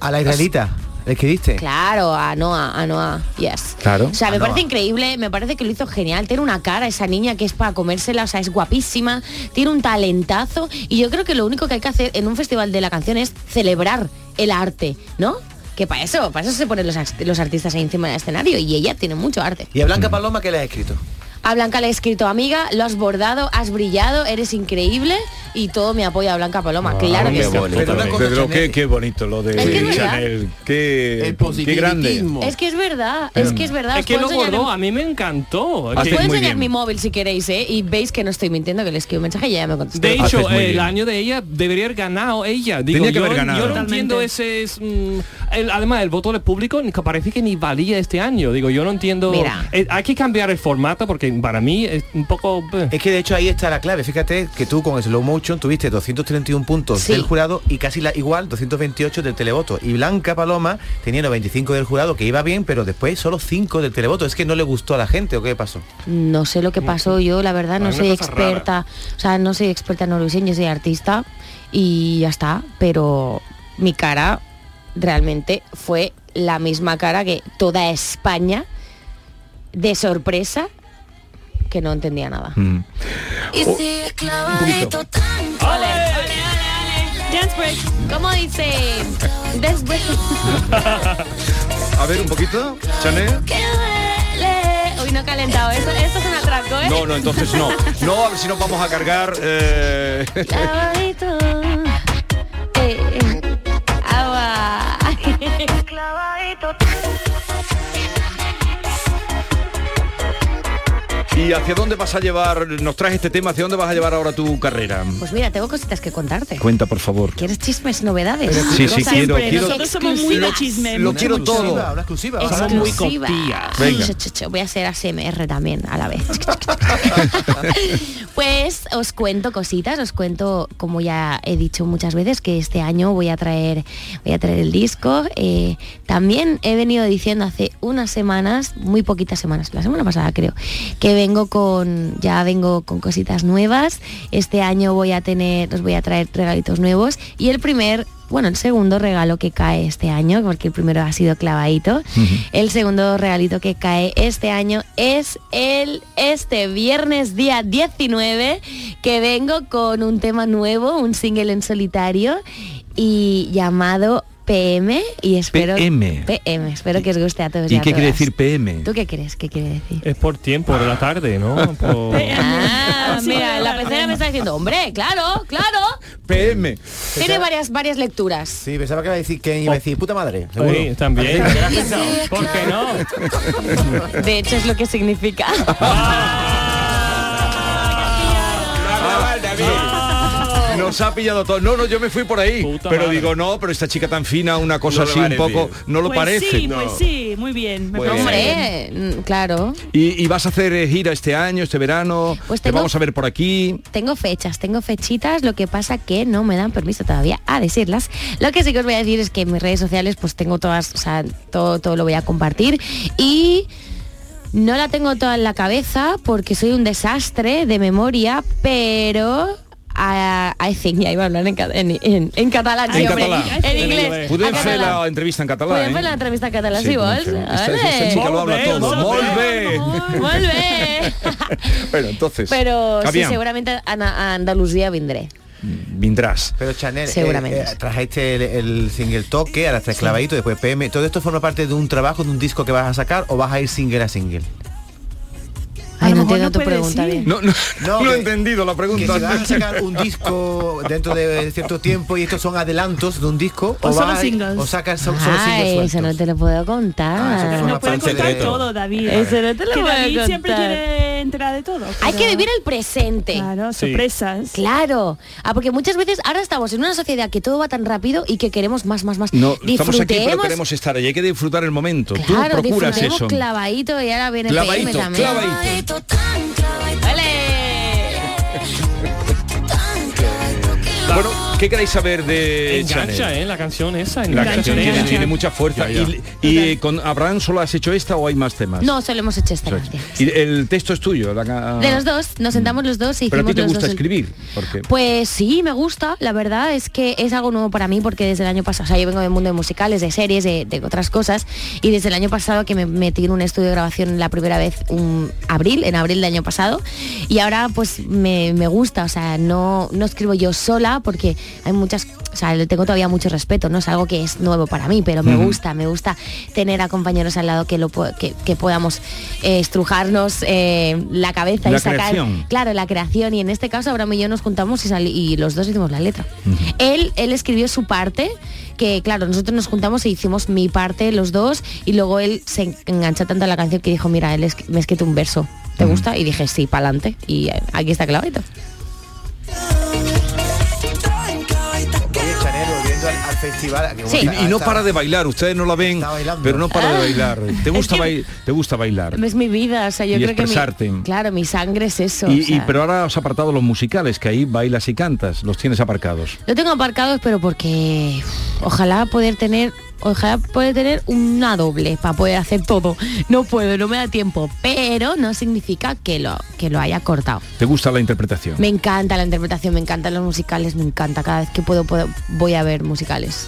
[SPEAKER 4] A la israelita, ¿le escribiste?
[SPEAKER 10] Claro, a Noah, a Noah, yes.
[SPEAKER 4] Claro.
[SPEAKER 10] O sea, me
[SPEAKER 4] A Noah.
[SPEAKER 10] parece increíble, me parece que lo hizo genial. Tiene una cara esa niña que es para comérsela, o sea, es guapísima, tiene un talentazo y yo creo que lo único que hay que hacer en un festival de la canción es celebrar el arte, ¿no? Que para eso, para eso se ponen los, ast- los artistas ahí encima del escenario y ella tiene mucho arte.
[SPEAKER 4] ¿Y a Blanca Paloma qué le has escrito?
[SPEAKER 10] A Blanca le he escrito, amiga, lo has bordado, has brillado, eres increíble y todo mi apoyo a Blanca Paloma,
[SPEAKER 1] Ah.
[SPEAKER 10] claro que sí.
[SPEAKER 1] Pedro, qué, qué bonito lo de
[SPEAKER 10] Es que es verdad.
[SPEAKER 1] Chanel. Qué, qué grande.
[SPEAKER 10] Es que es verdad, es que es verdad.
[SPEAKER 6] Em, Es
[SPEAKER 10] os
[SPEAKER 6] que
[SPEAKER 10] puedo
[SPEAKER 6] lo
[SPEAKER 10] enseñar
[SPEAKER 6] bordó,
[SPEAKER 10] mi-
[SPEAKER 6] a mí me encantó.
[SPEAKER 4] Ah,
[SPEAKER 10] Os
[SPEAKER 6] Que-
[SPEAKER 10] puedo enseñar mi móvil si queréis, ¿eh? Y veis que no estoy mintiendo, que le escribo un mensaje y ella me contestó.
[SPEAKER 6] De hecho, el año de ella debería haber ganado ella. Digo,
[SPEAKER 1] Tenía que
[SPEAKER 6] yo,
[SPEAKER 1] haber ganado.
[SPEAKER 6] yo no
[SPEAKER 1] Totalmente.
[SPEAKER 6] entiendo ese... es, mm, el- además, el voto del público ni- parece que ni valía este año. Digo, yo no entiendo...
[SPEAKER 4] Mira.
[SPEAKER 6] Eh, hay que cambiar el formato porque para mí es un poco...
[SPEAKER 4] Es que de hecho ahí está la clave. Fíjate que tú con Slow Motion tuviste 231 puntos
[SPEAKER 6] Sí.
[SPEAKER 4] del jurado y casi la, igual 228 del televoto. Y Blanca Paloma tenía 95 del jurado, que iba bien, pero después solo 5 del televoto. Es que no le gustó a la gente, ¿o qué pasó?
[SPEAKER 10] No sé lo que pasó yo, la verdad, no
[SPEAKER 4] Bueno,
[SPEAKER 10] soy
[SPEAKER 4] una cosa
[SPEAKER 10] experta. O sea, no soy experta en Eurovisión, yo soy artista y ya está. Pero mi cara realmente fue la misma cara que toda España de sorpresa que no entendía nada.
[SPEAKER 1] Mm.
[SPEAKER 23] Y
[SPEAKER 1] Oh.
[SPEAKER 23] si clava esto tanto.
[SPEAKER 10] Dance break. ¿Cómo dice? Dance break.
[SPEAKER 1] A ver, un poquito, Chanel.
[SPEAKER 10] Que duele. Uy, no he calentado. Eso, eso es un atraco, ¿eh?
[SPEAKER 1] No, no, entonces no. No, a ver si nos vamos a cargar. eh,
[SPEAKER 10] Clavadito. Eh, eh. Agua.
[SPEAKER 1] ¿Y hacia dónde vas a llevar? Nos traes este tema, ¿hacia dónde vas a llevar ahora tu carrera?
[SPEAKER 10] Pues mira, tengo cositas que contarte.
[SPEAKER 1] Cuenta, por favor.
[SPEAKER 10] ¿Quieres chismes, novedades?
[SPEAKER 1] Sí, sí, quiero, quiero.
[SPEAKER 10] Nosotros somos muy de
[SPEAKER 1] Lo-
[SPEAKER 10] chisme.
[SPEAKER 1] Lo quiero todo.
[SPEAKER 10] Exclusiva.
[SPEAKER 1] Venga.
[SPEAKER 10] Ch, ch, ch, Voy a hacer ASMR también a la vez. pues os cuento cositas, os cuento, como ya he dicho muchas veces, que este año voy a traer, voy a traer el disco. Eh, también he venido diciendo hace unas semanas, muy poquitas semanas, la semana pasada creo, que vengo con, ya vengo con cositas nuevas. Este año voy a tener, os voy a traer regalitos nuevos. Y el primer, bueno, el segundo regalo que cae este año, porque el primero ha sido clavadito, el segundo regalito que cae este año es el este viernes día 19 que vengo con un tema nuevo, un single en solitario y llamado PM y espero
[SPEAKER 1] PM.
[SPEAKER 10] PM, espero que os guste a todos.
[SPEAKER 1] ¿Y
[SPEAKER 10] a
[SPEAKER 1] qué quiere
[SPEAKER 10] todas.
[SPEAKER 1] decir PM?
[SPEAKER 10] ¿Tú qué crees? ¿Qué quiere decir?
[SPEAKER 6] Es por tiempo de la tarde, ¿no? Por-
[SPEAKER 10] Ah, mira, la pecera me está diciendo, hombre, claro, claro.
[SPEAKER 1] PM.
[SPEAKER 10] Tiene varias varias lecturas.
[SPEAKER 4] Sí, pensaba que iba a decir que iba a decir puta madre.
[SPEAKER 6] seguro. también.
[SPEAKER 10] ¿Por qué no? De hecho es lo que significa.
[SPEAKER 11] Ah,
[SPEAKER 2] Oh.
[SPEAKER 1] Nos ha pillado todo. No, no, yo me fui por ahí. pero digo, no, pero esta chica tan fina, una cosa
[SPEAKER 2] No le
[SPEAKER 1] así un
[SPEAKER 2] parece.
[SPEAKER 1] poco, no lo
[SPEAKER 2] Pues
[SPEAKER 1] parece.
[SPEAKER 2] Sí,
[SPEAKER 1] No.
[SPEAKER 2] pues sí, muy bien. me
[SPEAKER 1] Pues-
[SPEAKER 2] parece
[SPEAKER 1] Hombre,
[SPEAKER 2] bien.
[SPEAKER 10] Eh, mm, claro.
[SPEAKER 1] Y, y vas a hacer eh, gira este año, este verano.
[SPEAKER 10] Pues
[SPEAKER 1] te
[SPEAKER 10] tengo-
[SPEAKER 1] vamos a ver por aquí.
[SPEAKER 10] Tengo fechas, tengo fechitas, lo que pasa que no me dan permiso todavía a decirlas. Lo que sí que os voy a decir es que en mis redes sociales pues tengo todas, o sea, todo, todo lo voy a compartir y no la tengo toda en la cabeza porque soy un desastre de memoria, pero a, I think, ya iba a hablar en, ca- en- en- en catalán, sí,
[SPEAKER 1] en
[SPEAKER 10] hombre.
[SPEAKER 1] catalán.
[SPEAKER 10] en inglés.
[SPEAKER 1] Podem
[SPEAKER 10] a
[SPEAKER 1] fer
[SPEAKER 10] catalán.
[SPEAKER 1] la entrevista en català,
[SPEAKER 10] Podem
[SPEAKER 1] eh? pues,
[SPEAKER 10] fer la entrevista en català, si vols.
[SPEAKER 1] Esta, esta
[SPEAKER 10] Ole.
[SPEAKER 1] chica lo habla todo. Molt bé.
[SPEAKER 10] Molt bé.
[SPEAKER 1] Bueno, entonces,
[SPEAKER 10] Pero sí,
[SPEAKER 4] Aviam.
[SPEAKER 10] seguramente a, Na- a Andalucía vendré.
[SPEAKER 1] Vindrás.
[SPEAKER 4] Pero Chanel, eh,
[SPEAKER 10] Seguramente.
[SPEAKER 4] eh, trajiste el, el single toque, ahora está esclavadito, después PM. ¿Todo esto forma parte de un trabajo, de un disco que vas a sacar o vas a ir single a single?
[SPEAKER 10] Ay, no
[SPEAKER 4] mejor
[SPEAKER 10] entiendo
[SPEAKER 4] no
[SPEAKER 10] tu
[SPEAKER 4] puede
[SPEAKER 10] pregunta ¿eh?
[SPEAKER 4] decir.
[SPEAKER 10] bien.
[SPEAKER 1] No, no, no, he
[SPEAKER 4] que-
[SPEAKER 1] entendido la
[SPEAKER 4] Que
[SPEAKER 1] pregunta.
[SPEAKER 4] si vas a sacar un disco dentro de cierto tiempo y estos son adelantos de un disco
[SPEAKER 10] O
[SPEAKER 4] vas
[SPEAKER 10] solo
[SPEAKER 4] a-
[SPEAKER 10] singles.
[SPEAKER 4] O sacas so- solo singles. pues.
[SPEAKER 10] Ay,
[SPEAKER 4] sueltos.
[SPEAKER 10] eso no te lo puedo contar.
[SPEAKER 1] Ah,
[SPEAKER 4] No puede contar
[SPEAKER 2] Cuenta todo, David.
[SPEAKER 10] Eso no te lo
[SPEAKER 2] que
[SPEAKER 10] voy a
[SPEAKER 2] David siempre
[SPEAKER 10] contar.
[SPEAKER 2] quiere entrar de todo.
[SPEAKER 10] Hay
[SPEAKER 2] pero-
[SPEAKER 10] que vivir el presente.
[SPEAKER 2] Claro,
[SPEAKER 10] Sí.
[SPEAKER 2] sorpresas.
[SPEAKER 10] Claro. Ah, porque muchas veces ahora estamos en una sociedad que todo va tan rápido y que queremos más, más, más.
[SPEAKER 1] No, estamos aquí, pero
[SPEAKER 10] disfrutemos.
[SPEAKER 1] queremos estar allí. Hay que disfrutar el momento.
[SPEAKER 10] claro,
[SPEAKER 1] Tú procuras
[SPEAKER 10] disfrutemos
[SPEAKER 1] eso.
[SPEAKER 10] clavadito y ahora viene
[SPEAKER 1] Clavadito,
[SPEAKER 10] PM también.
[SPEAKER 1] clavadito. Bueno, ¿qué queréis saber de
[SPEAKER 6] Engancha,
[SPEAKER 1] Chanel?
[SPEAKER 6] ¿eh? La canción esa.
[SPEAKER 1] La
[SPEAKER 6] engancha,
[SPEAKER 1] canción tiene,
[SPEAKER 6] engancha.
[SPEAKER 1] tiene mucha fuerza.
[SPEAKER 6] Ya, ya.
[SPEAKER 1] ¿Y, y, eh, con Abraham solo has hecho esta o hay más temas?
[SPEAKER 10] No, solo hemos hecho esta canción.
[SPEAKER 1] Y el texto es tuyo. la ca-
[SPEAKER 10] De los dos, nos sentamos los dos y
[SPEAKER 1] Mm. Pero a ti
[SPEAKER 10] hicimos
[SPEAKER 1] te
[SPEAKER 10] los dos
[SPEAKER 1] gusta
[SPEAKER 10] el-
[SPEAKER 1] escribir. Porque...
[SPEAKER 10] Pues sí, me gusta. La verdad es que es algo nuevo para mí porque desde el año pasado, o sea, yo vengo del mundo de musicales, de series, de, de otras cosas, y desde el año pasado que me metí en un estudio de grabación la primera vez, un abril, en abril del año pasado, y ahora pues me, me gusta, o sea, no, no escribo yo sola porque hay muchas, o sea, le tengo todavía mucho respeto, no es algo que es nuevo para mí, pero me
[SPEAKER 5] Ujú.
[SPEAKER 10] gusta, me gusta tener a compañeros al lado que, lo, po- que, que podamos eh, estrujarnos eh, la cabeza
[SPEAKER 5] La
[SPEAKER 10] y sacar...
[SPEAKER 5] creación.
[SPEAKER 10] Claro, la creación. Y en este caso, Abraham y yo nos juntamos y, sali- y los dos hicimos la letra. Él, él escribió su parte, que claro, nosotros nos juntamos e hicimos mi parte, los dos, y luego él se en- enganchó tanto a la canción que dijo, mira, él es- me ha escrito un verso. ¿Te gusta? Y dije, sí, pa'lante. Y eh, aquí está clavito.
[SPEAKER 4] Oye, Chanel, volviendo al, al festival. que
[SPEAKER 1] Y,
[SPEAKER 4] bueno,
[SPEAKER 1] y no
[SPEAKER 4] está-
[SPEAKER 1] para de bailar, ustedes no la ven, pero no
[SPEAKER 10] Ah.
[SPEAKER 1] para de bailar. ¿Te gusta, bail- te gusta bailar?
[SPEAKER 10] Es mi vida, o sea, yo
[SPEAKER 1] Y
[SPEAKER 10] creo que mi-
[SPEAKER 1] expresarte.
[SPEAKER 10] claro, mi sangre es eso.
[SPEAKER 1] Y,
[SPEAKER 10] o sea.
[SPEAKER 1] y- pero ahora has apartado los musicales, que ahí bailas y cantas, los tienes aparcados.
[SPEAKER 10] Lo tengo aparcados, pero porque uf, ojalá poder tener, ojalá poder tener una doble para poder hacer todo. No puedo, no me da tiempo, pero no significa que lo que lo haya cortado.
[SPEAKER 1] ¿Te gusta la interpretación?
[SPEAKER 10] Me encanta la interpretación, me encantan los musicales, me encanta cada vez que puedo, puedo- voy a ver musicales.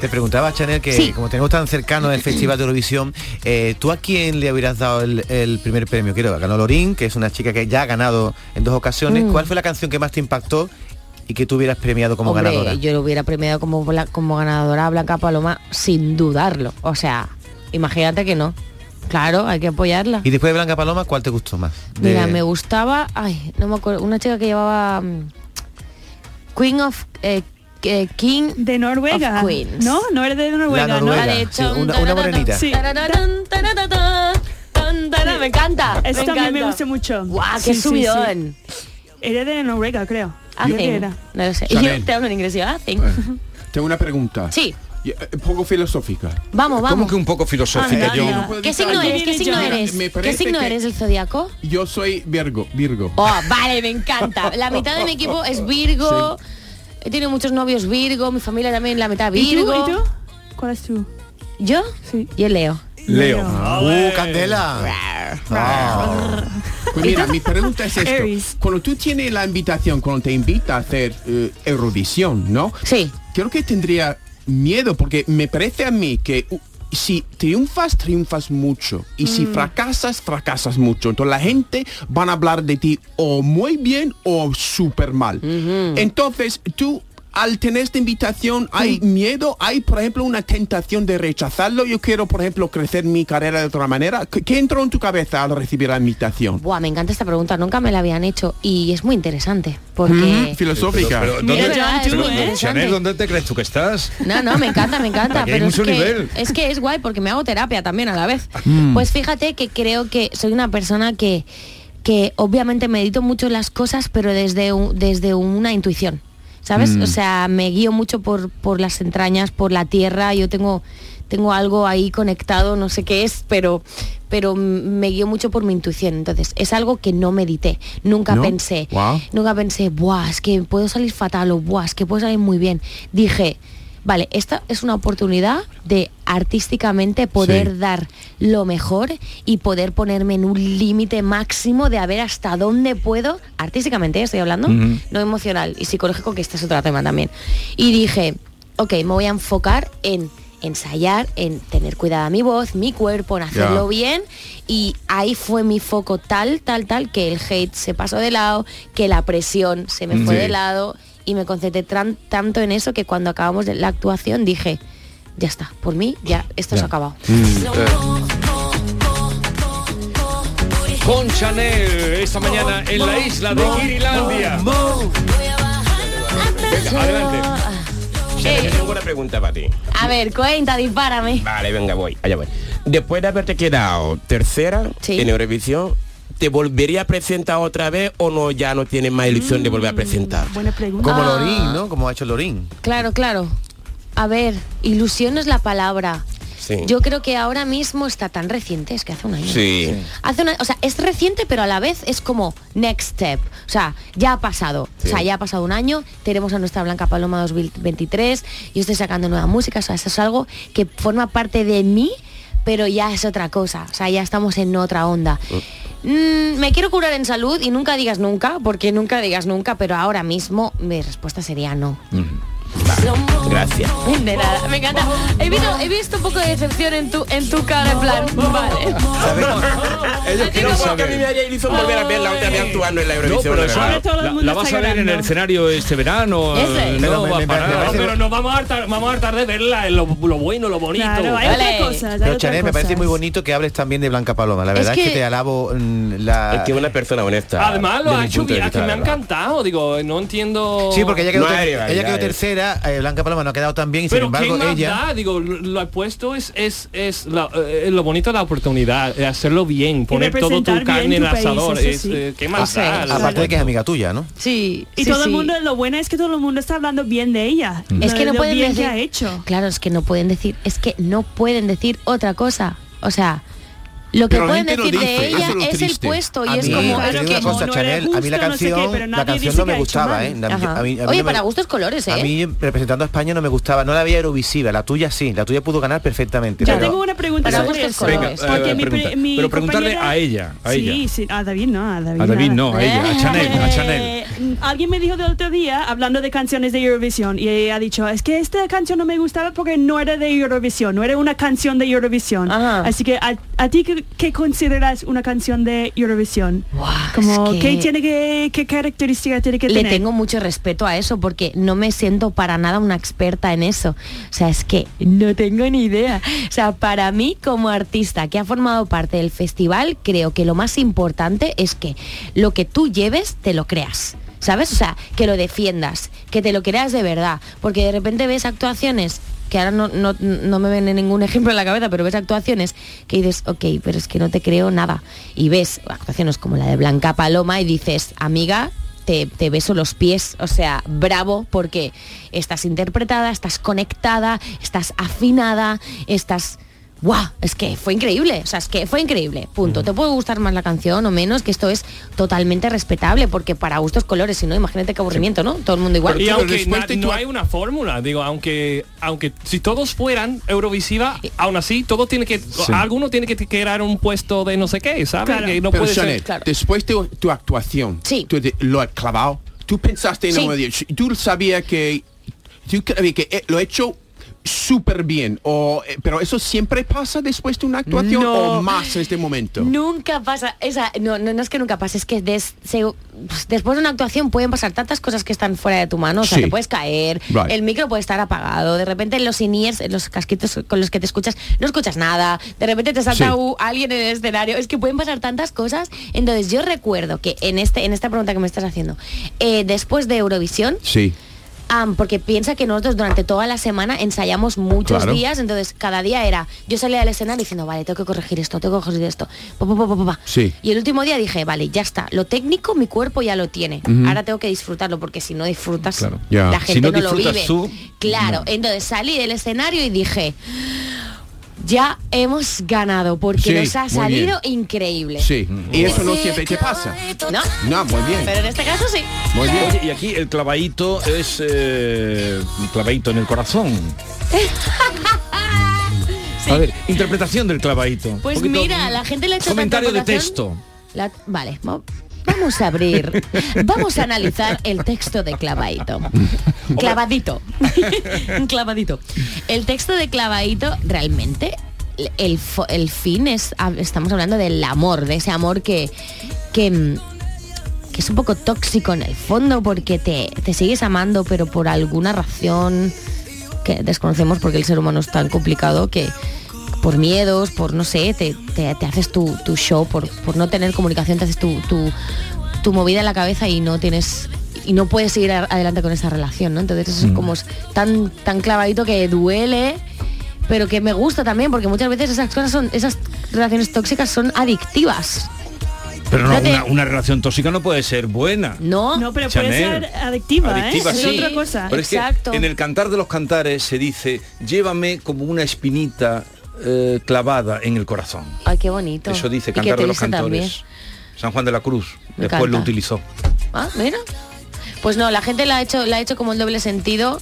[SPEAKER 4] Te preguntaba, Chanel, que
[SPEAKER 10] Sí.
[SPEAKER 4] como tenemos tan cercano el Festival de Eurovisión, eh, ¿tú a quién le habrías dado el, el primer premio? Quiero, ganó Lorín, que es una chica que ya ha ganado en dos ocasiones.
[SPEAKER 10] Mm.
[SPEAKER 4] ¿Cuál fue la canción que más te impactó y que tú hubieras premiado como
[SPEAKER 10] Hombre,
[SPEAKER 4] ganadora?
[SPEAKER 10] yo lo hubiera premiado como bla- como ganadora a Blanca Paloma sin dudarlo. O sea, imagínate que no. Claro, hay que apoyarla.
[SPEAKER 4] Y después de Blanca Paloma, ¿cuál te gustó más? De-
[SPEAKER 10] Mira, me gustaba, ay, no me acuerdo, una chica que llevaba mm, Queen of eh, eh, King
[SPEAKER 2] de Noruega,
[SPEAKER 10] Queens.
[SPEAKER 2] No, no eres de Noruega,
[SPEAKER 10] La
[SPEAKER 2] ¿no?
[SPEAKER 10] Noruega, La de sí, una- una morenita.
[SPEAKER 2] Sí.
[SPEAKER 10] Me encanta.
[SPEAKER 2] Eso
[SPEAKER 10] me
[SPEAKER 2] también me
[SPEAKER 10] encanta.
[SPEAKER 2] gusta mucho.
[SPEAKER 10] Guau, qué subidón.
[SPEAKER 2] Era de Noruega, creo.
[SPEAKER 10] Ah,
[SPEAKER 2] Creo
[SPEAKER 10] sí.
[SPEAKER 2] que era.
[SPEAKER 10] No lo sé.
[SPEAKER 3] Chanel.
[SPEAKER 10] Yo te hablo en inglés, yo, ah, sí.
[SPEAKER 3] Tengo una pregunta.
[SPEAKER 10] Sí.
[SPEAKER 3] Y, eh, Un poco filosófica.
[SPEAKER 10] Vamos, vamos. Ah,
[SPEAKER 1] ¿Cómo que un poco filosófica,
[SPEAKER 3] yo?
[SPEAKER 10] ¿Qué signo eres? ¿Qué signo
[SPEAKER 3] Mira,
[SPEAKER 10] eres?
[SPEAKER 3] me
[SPEAKER 10] ¿Qué
[SPEAKER 3] parece
[SPEAKER 10] signo
[SPEAKER 3] que-
[SPEAKER 10] eres del zodiaco?
[SPEAKER 3] Yo soy Virgo, Virgo.
[SPEAKER 10] Oh, vale, me encanta. La mitad de mi equipo es Virgo. He tenido muchos novios Virgo, mi familia también la mitad
[SPEAKER 2] ¿Y tú?
[SPEAKER 10] Virgo.
[SPEAKER 2] ¿Y tú? ¿Cuál es tu?
[SPEAKER 10] ¿Yo?
[SPEAKER 2] Sí.
[SPEAKER 10] Yo Leo.
[SPEAKER 1] Leo.
[SPEAKER 3] ¡Uh, Candela!
[SPEAKER 4] Ah.
[SPEAKER 3] Pues mira, mi pregunta es esto. Cuando tú tienes la invitación, cuando te invita a hacer eh, Eurovisión, ¿no?
[SPEAKER 10] Sí.
[SPEAKER 3] Creo que tendría miedo, porque me parece a mí que u- si triunfas, triunfas mucho. Y si
[SPEAKER 11] Mm.
[SPEAKER 3] fracasas, fracasas mucho. Entonces la gente van a hablar de ti o muy bien o súper mal.
[SPEAKER 23] Mm.
[SPEAKER 3] Entonces tú... Al tener esta invitación hay miedo, hay por ejemplo una tentación de rechazarlo. Yo quiero por ejemplo crecer mi carrera de otra manera. ¿Qué, qué entró en tu cabeza al recibir la invitación?
[SPEAKER 10] Buah, me encanta esta pregunta, nunca me la habían hecho y es muy interesante porque...
[SPEAKER 3] Mm, filosófica.
[SPEAKER 1] Pero, pero,
[SPEAKER 10] Mira,
[SPEAKER 1] ¿dónde-
[SPEAKER 10] ya,
[SPEAKER 1] pero,
[SPEAKER 10] tú, ¿eh?
[SPEAKER 1] Chanel, ¿dónde te crees tú que estás?
[SPEAKER 10] No, no, me encanta, me encanta.
[SPEAKER 1] Aquí hay
[SPEAKER 10] pero es
[SPEAKER 1] mucho
[SPEAKER 10] que,
[SPEAKER 1] nivel.
[SPEAKER 10] es que es guay porque me hago terapia también a la vez.
[SPEAKER 1] Mm.
[SPEAKER 10] Pues fíjate que creo que soy una persona que, que obviamente medito mucho las cosas, pero desde, un- desde una intuición. ¿Sabes?
[SPEAKER 5] Mm.
[SPEAKER 10] O sea, me guío mucho por, por las entrañas, por la tierra. Yo tengo, tengo algo ahí conectado, no sé qué es, pero, pero me guío mucho por mi intuición. Entonces, es algo que no medité. Nunca
[SPEAKER 5] ¿No?
[SPEAKER 10] pensé.
[SPEAKER 5] Guau.
[SPEAKER 10] Nunca pensé, buah, es que puedo salir fatal o buah, es que puedo salir muy bien. Dije, vale, esta es una oportunidad de artísticamente poder
[SPEAKER 5] Sí.
[SPEAKER 10] dar lo mejor y poder ponerme en un límite máximo de a ver hasta dónde puedo, artísticamente ¿eh? estoy hablando,
[SPEAKER 5] Ujú.
[SPEAKER 10] no emocional y psicológico, que este es otro tema también. Y dije, ok, me voy a enfocar en ensayar, en tener cuidado a mi voz, mi cuerpo, en hacerlo bien. Y ahí fue mi foco tal, tal, tal, que el hate se pasó de lado, que la presión se me fue
[SPEAKER 5] Sí.
[SPEAKER 10] de lado. Y me concentré tran- tanto en eso que cuando acabamos de la actuación dije, ya está, por mí, ya, esto se ha acabado.
[SPEAKER 1] Con Chanel esta mañana en la isla de Kirilandia.
[SPEAKER 6] Ah.
[SPEAKER 11] Venga, adelante. Sherry, yo tengo una pregunta para ti.
[SPEAKER 10] A ver, cuenta, dispárame.
[SPEAKER 11] Vale, venga, voy. Allá voy. Después de haberte quedado tercera en Eurovisión, ¿te volvería a presentar otra vez o no ya no tienes más ilusión de volver a presentar?
[SPEAKER 10] Buena pregunta.
[SPEAKER 4] Como
[SPEAKER 2] Ah.
[SPEAKER 4] Lorín, ¿no? Como ha hecho Lorín.
[SPEAKER 10] Claro, claro. A ver, ilusión es la palabra.
[SPEAKER 11] Sí.
[SPEAKER 10] Yo creo que ahora mismo está tan reciente, es que hace un año.
[SPEAKER 11] Sí.
[SPEAKER 10] Hace una, o sea, es reciente, pero a la vez es como next step. O sea, ya ha pasado. O sea, ya ha pasado un año, tenemos a nuestra Blanca Paloma 2023, yo estoy sacando nueva música, o sea, eso es algo que forma parte de mí, pero ya es otra cosa. O sea, ya estamos en otra onda. Mm, me quiero curar en salud y nunca digas nunca, porque nunca digas nunca, pero ahora mismo mi respuesta sería no.
[SPEAKER 11] Gracias.
[SPEAKER 10] De nada, me encanta. He visto, he visto un poco de decepción en tu, en tu cara, en plan, vale.
[SPEAKER 11] Ellos quieren saber. a mí me haría ilusión volver a verla otra vez actuando en la Eurovisión. de verdad.
[SPEAKER 1] la, la vas a ver en el escenario este verano.
[SPEAKER 6] Ese.
[SPEAKER 1] No,
[SPEAKER 6] Pero me-
[SPEAKER 1] va a
[SPEAKER 6] me-
[SPEAKER 1] parar.
[SPEAKER 6] me parece- pero nos vamos a hartar, vamos a hartar de verla, eh, lo, lo bueno, lo bonito.
[SPEAKER 2] Claro, hay otras cosas, hay
[SPEAKER 4] Pero
[SPEAKER 2] otras
[SPEAKER 4] Chanel, me parece
[SPEAKER 2] cosas.
[SPEAKER 4] muy bonito que hables también de Blanca Paloma. La
[SPEAKER 6] Es
[SPEAKER 4] verdad es que,
[SPEAKER 6] que-
[SPEAKER 4] te alabo mm, la...
[SPEAKER 11] Es que es una persona honesta.
[SPEAKER 6] Además lo
[SPEAKER 11] desde
[SPEAKER 6] ha
[SPEAKER 11] mi
[SPEAKER 6] hecho
[SPEAKER 11] punto de
[SPEAKER 6] bien, es
[SPEAKER 11] vista,
[SPEAKER 6] que me
[SPEAKER 11] la
[SPEAKER 6] ha
[SPEAKER 11] verdad.
[SPEAKER 6] encantado. Digo, no entiendo.
[SPEAKER 4] Sí, porque ella quedó, ter-
[SPEAKER 11] rivalidad,
[SPEAKER 4] ella quedó
[SPEAKER 11] eh.
[SPEAKER 4] tercera, eh, Blanca Paloma no ha quedado tan bien, y sin
[SPEAKER 6] Pero
[SPEAKER 4] embargo
[SPEAKER 6] ¿qué más
[SPEAKER 4] ella...
[SPEAKER 6] da? Digo, lo lo ha puesto es es, es la- eh, lo bonito de la oportunidad, de hacerlo bien, poner todo tu
[SPEAKER 2] representar bien
[SPEAKER 6] carne en el
[SPEAKER 2] tu país,
[SPEAKER 6] asador.
[SPEAKER 2] eso
[SPEAKER 6] es,
[SPEAKER 2] sí.
[SPEAKER 6] eh, ¿Qué más da?
[SPEAKER 4] Aparte de que es amiga tuya, ¿no?
[SPEAKER 10] Sí,
[SPEAKER 2] Y
[SPEAKER 10] sí,
[SPEAKER 2] todo
[SPEAKER 10] sí.
[SPEAKER 2] el mundo, lo bueno es que todo el mundo está hablando bien de ella.
[SPEAKER 1] Mm.
[SPEAKER 10] Es que no
[SPEAKER 2] Lo
[SPEAKER 10] pueden
[SPEAKER 2] bien que
[SPEAKER 10] decir.
[SPEAKER 2] ha hecho.
[SPEAKER 10] Claro, es que no pueden decir, es que no pueden decir otra cosa. O sea, lo que
[SPEAKER 4] Pero la
[SPEAKER 10] pueden
[SPEAKER 4] gente
[SPEAKER 10] decir
[SPEAKER 4] lo
[SPEAKER 10] de
[SPEAKER 4] dice, eso
[SPEAKER 10] ella
[SPEAKER 4] es lo
[SPEAKER 10] es el
[SPEAKER 4] triste.
[SPEAKER 10] puesto y
[SPEAKER 4] A
[SPEAKER 10] es
[SPEAKER 4] mí,
[SPEAKER 10] como
[SPEAKER 4] te
[SPEAKER 10] es
[SPEAKER 4] digo una
[SPEAKER 10] como-
[SPEAKER 4] cosa, Chanel, a mí la canción, la canción no me gustaba, ¿eh? La-
[SPEAKER 10] Ajá.
[SPEAKER 4] a mí- a mí
[SPEAKER 10] Oye,
[SPEAKER 4] no me-
[SPEAKER 10] para gustos colores, ¿eh?
[SPEAKER 4] A mí representando a España no me gustaba, no la veía eurovisiva, la tuya sí, la tuya pudo ganar perfectamente.
[SPEAKER 2] Yo
[SPEAKER 4] pero-
[SPEAKER 2] tengo una pregunta
[SPEAKER 4] Pero
[SPEAKER 2] sobre
[SPEAKER 4] gustos
[SPEAKER 2] eso.
[SPEAKER 4] colores. Venga,
[SPEAKER 2] porque
[SPEAKER 4] eh,
[SPEAKER 2] mi pre-
[SPEAKER 4] pregunta.
[SPEAKER 2] mi
[SPEAKER 4] Pero preguntarle
[SPEAKER 2] compañera-
[SPEAKER 4] a ella, a
[SPEAKER 2] sí,
[SPEAKER 4] ella.
[SPEAKER 2] Sí, a David no, a David.
[SPEAKER 1] A David
[SPEAKER 2] nada.
[SPEAKER 1] no, a ella, a Chanel, a Chanel.
[SPEAKER 2] Eh, Alguien me dijo del otro día, hablando de canciones de Eurovisión, y ella ha dicho, es que esta canción no me gustaba porque no era de Eurovisión, no era una canción de Eurovisión. Así que, ¿a, a ti qué, qué consideras una canción de Eurovisión? Como,
[SPEAKER 10] es que-
[SPEAKER 2] ¿qué tiene que, qué característica tiene que
[SPEAKER 10] Le
[SPEAKER 2] tener?
[SPEAKER 10] tengo mucho respeto a eso porque no me siento para nada una experta en eso. O sea, es que no tengo ni idea. O sea, para mí como artista que ha formado parte del festival, creo que lo más importante es que lo que tú lleves te lo creas. ¿Sabes? O sea, que lo defiendas, que te lo creas de verdad. Porque de repente ves actuaciones que ahora no, no- no me viene ningún ejemplo en la cabeza, pero ves actuaciones que dices, ok, pero es que no te creo nada. Y ves actuaciones como la de Blanca Paloma y dices, amiga, te, te beso los pies, o sea, bravo, porque estás interpretada, estás conectada, estás afinada, estás... ¡Guau! Es que fue increíble, o sea, es que fue increíble, punto. Te puede gustar más la canción o menos, que esto es totalmente respetable, porque para gustos colores, si no, imagínate qué aburrimiento, ¿no? Todo el mundo igual.
[SPEAKER 6] Y aunque na- no hay una fórmula, digo, aunque aunque si todos fueran Eurovisiva,
[SPEAKER 2] Eh.
[SPEAKER 6] aún así todos tiene que alguno tiene que crear un puesto de no sé qué, ¿sabes? Que Eh, no
[SPEAKER 3] Pero,
[SPEAKER 6] puede
[SPEAKER 3] Chanel,
[SPEAKER 6] ser.
[SPEAKER 3] después de tu actuación, tú te- lo has clavado. Tú pensaste en
[SPEAKER 6] Sí.
[SPEAKER 3] algo de- Tú sabías que, tú sabías que eh, lo he hecho súper bien. O, eh, pero eso siempre pasa después de una actuación
[SPEAKER 10] No.
[SPEAKER 3] o más en este momento.
[SPEAKER 10] Nunca pasa, esa, no, no, no es que nunca pase, es que des- se- pues, después de una actuación pueden pasar tantas cosas que están fuera de tu mano, o sea,
[SPEAKER 5] Sí.
[SPEAKER 10] te puedes caer,
[SPEAKER 5] Right.
[SPEAKER 10] el micro puede estar apagado, de repente en los in-ears, en los casquitos con los que te escuchas, no escuchas nada, de repente te salta
[SPEAKER 5] Sí.
[SPEAKER 10] u- alguien en el escenario, es que pueden pasar tantas cosas, entonces yo recuerdo que en, este, en esta pregunta que me estás haciendo, eh, después de Eurovisión,
[SPEAKER 3] Sí.
[SPEAKER 10] Am, porque piensa que nosotros durante toda la semana ensayamos muchos
[SPEAKER 5] Claro.
[SPEAKER 10] días, entonces cada día era, yo salía del escenario diciendo, vale, tengo que corregir esto, tengo que corregir esto. pa, pa, pa, pa, pa, pa.
[SPEAKER 5] Sí.
[SPEAKER 10] Y el último día dije, vale, ya está, lo técnico mi cuerpo ya lo tiene,
[SPEAKER 5] Ujú.
[SPEAKER 10] ahora tengo que disfrutarlo porque si no disfrutas,
[SPEAKER 5] Claro.
[SPEAKER 3] Ya.
[SPEAKER 10] la
[SPEAKER 3] Si
[SPEAKER 10] gente
[SPEAKER 3] no
[SPEAKER 10] no, lo
[SPEAKER 3] disfrutas
[SPEAKER 10] vive.
[SPEAKER 3] tú,
[SPEAKER 10] claro, entonces salí del escenario y dije, ya hemos ganado porque
[SPEAKER 3] Sí,
[SPEAKER 10] nos ha
[SPEAKER 3] muy
[SPEAKER 10] salido increíble.
[SPEAKER 3] Sí, y eso no siempre te pasa.
[SPEAKER 10] No,
[SPEAKER 3] No, muy bien.
[SPEAKER 10] pero en este caso sí.
[SPEAKER 3] Muy bien.
[SPEAKER 1] Oye, y aquí el clavadito es eh, un clavadito en el corazón. A ver, interpretación del clavadito.
[SPEAKER 10] Pues
[SPEAKER 1] Un poquito,
[SPEAKER 10] mira, la gente le ha hecho
[SPEAKER 1] comentario
[SPEAKER 10] tanta
[SPEAKER 1] de
[SPEAKER 10] votación.
[SPEAKER 1] texto.
[SPEAKER 10] La- vale, mo- vamos a abrir, vamos a analizar el texto de Clavadito. Clavadito, un clavadito. El texto de Clavadito realmente el, fo- el fin es, ah, estamos hablando del amor, de ese amor que, que, mm, que es un poco tóxico en el fondo porque te, te sigues amando pero por alguna razón que desconocemos porque el ser humano es tan complicado que por miedos, por no sé, te, te- te haces tu, tu show, por, por no tener comunicación, te haces tu, tu- tu movida en la cabeza y no tienes y no puedes seguir a- adelante con esa relación, ¿no? Entonces eso es
[SPEAKER 5] Mm.
[SPEAKER 10] como es tan, tan clavadito que duele, pero que me gusta también, porque muchas veces esas cosas son, esas relaciones tóxicas son adictivas.
[SPEAKER 1] Pero no,
[SPEAKER 10] Fíjate.
[SPEAKER 1] una, una relación tóxica no puede ser buena.
[SPEAKER 10] No,
[SPEAKER 2] No, pero puede
[SPEAKER 1] Chanel.
[SPEAKER 2] ser adictiva,
[SPEAKER 1] Adictiva,
[SPEAKER 2] ¿eh?
[SPEAKER 1] sí.
[SPEAKER 2] Es otra cosa.
[SPEAKER 1] Pero es que en el cantar de los cantares se dice, llévame como una espinita eh, clavada en el corazón.
[SPEAKER 10] Ay, qué bonito.
[SPEAKER 1] Eso dice
[SPEAKER 10] Y qué
[SPEAKER 1] cantar de los
[SPEAKER 10] triste
[SPEAKER 1] cantores.
[SPEAKER 10] también.
[SPEAKER 1] San Juan de la Cruz.
[SPEAKER 10] Me
[SPEAKER 1] después lo
[SPEAKER 10] encanta.
[SPEAKER 1] utilizó.
[SPEAKER 10] Ah, mira. Pues no, la gente la ha hecho, la ha hecho como el doble sentido,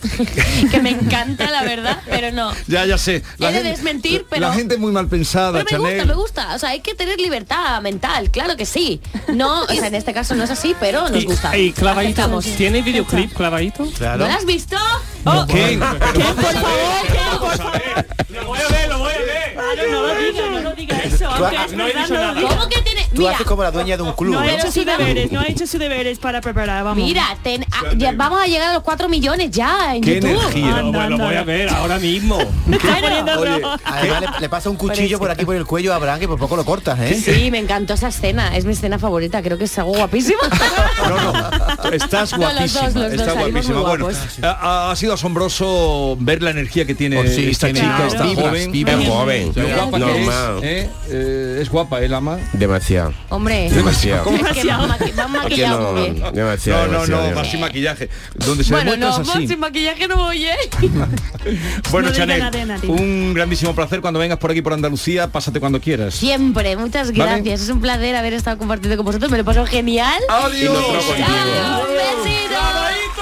[SPEAKER 10] que me encanta, la verdad, pero no.
[SPEAKER 1] Ya, ya sé.
[SPEAKER 10] He de desmentir, pero-
[SPEAKER 1] La gente es muy mal pensada,
[SPEAKER 10] Pero me
[SPEAKER 1] Chanel.
[SPEAKER 10] gusta, me gusta. O sea, hay que tener libertad mental, claro que sí. No, o sea, en este caso no es así, pero nos gusta.
[SPEAKER 6] Y, y Clavadito,
[SPEAKER 10] Aceptamos.
[SPEAKER 6] ¿tiene videoclip Clavadito?
[SPEAKER 10] ¿No la has visto? Oh,
[SPEAKER 2] Claro, no lo diga, no lo diga eso.
[SPEAKER 4] Tú
[SPEAKER 2] aunque
[SPEAKER 4] has-
[SPEAKER 2] es
[SPEAKER 4] no he
[SPEAKER 2] verdad,
[SPEAKER 4] dicho
[SPEAKER 2] no lo
[SPEAKER 4] nada.
[SPEAKER 2] diga.
[SPEAKER 4] ¿Cómo que
[SPEAKER 10] tiene-
[SPEAKER 4] Tú haces como la dueña de un club.
[SPEAKER 2] No ha hecho
[SPEAKER 10] sí
[SPEAKER 2] sus
[SPEAKER 10] vamos.
[SPEAKER 2] deberes, no ha hecho sus deberes para preparar, vamos.
[SPEAKER 10] Mira, ten- ah, ya vamos a llegar a los 4 millones ya en
[SPEAKER 6] ¡Qué
[SPEAKER 10] YouTube.
[SPEAKER 6] energía! lo voy a ver ahora mismo.
[SPEAKER 4] Oye, además le, le pasa un cuchillo por aquí por el cuello a Abraham que por poco lo cortas, ¿eh?
[SPEAKER 10] Sí, me encantó esa escena, es mi escena favorita, creo que es algo guapísimo.
[SPEAKER 1] Estás
[SPEAKER 10] No, los dos,
[SPEAKER 1] guapísima,
[SPEAKER 10] los dos
[SPEAKER 1] estás
[SPEAKER 10] salimos muy
[SPEAKER 1] guapísima. Bueno, eh,
[SPEAKER 10] guapos.
[SPEAKER 1] ha, ha sido asombroso ver la energía que tiene
[SPEAKER 11] Oh, sí,
[SPEAKER 1] esta
[SPEAKER 11] tiene-
[SPEAKER 1] chica, esta
[SPEAKER 11] vibras,
[SPEAKER 1] joven.
[SPEAKER 11] vibras. Es joven.
[SPEAKER 1] Lo guapa que es,
[SPEAKER 11] Normal.
[SPEAKER 1] ¿eh? Eh, es guapa, ¿eh, ama.
[SPEAKER 11] Demasiado.
[SPEAKER 10] Hombre,
[SPEAKER 11] Demasiado.
[SPEAKER 10] es que van maqui- van maquillados
[SPEAKER 11] no,
[SPEAKER 10] muy bien.
[SPEAKER 11] demasiado, demasiado,
[SPEAKER 1] no, no, no,
[SPEAKER 11] demasiado.
[SPEAKER 1] más sin maquillaje. Donde se
[SPEAKER 10] Bueno,
[SPEAKER 1] demuestra
[SPEAKER 10] no,
[SPEAKER 1] es así.
[SPEAKER 10] sin maquillaje no voy, ¿eh?
[SPEAKER 1] Bueno,
[SPEAKER 10] no diga
[SPEAKER 1] Chanel,
[SPEAKER 10] nada de nadie.
[SPEAKER 1] un grandísimo placer. Cuando vengas por aquí por Andalucía, pásate cuando quieras.
[SPEAKER 10] Siempre, muchas
[SPEAKER 1] Vale.
[SPEAKER 10] gracias. Es un placer haber estado compartiendo con vosotros. Me lo paso genial.
[SPEAKER 1] Adiós.
[SPEAKER 23] eh.
[SPEAKER 10] Chao, un besito.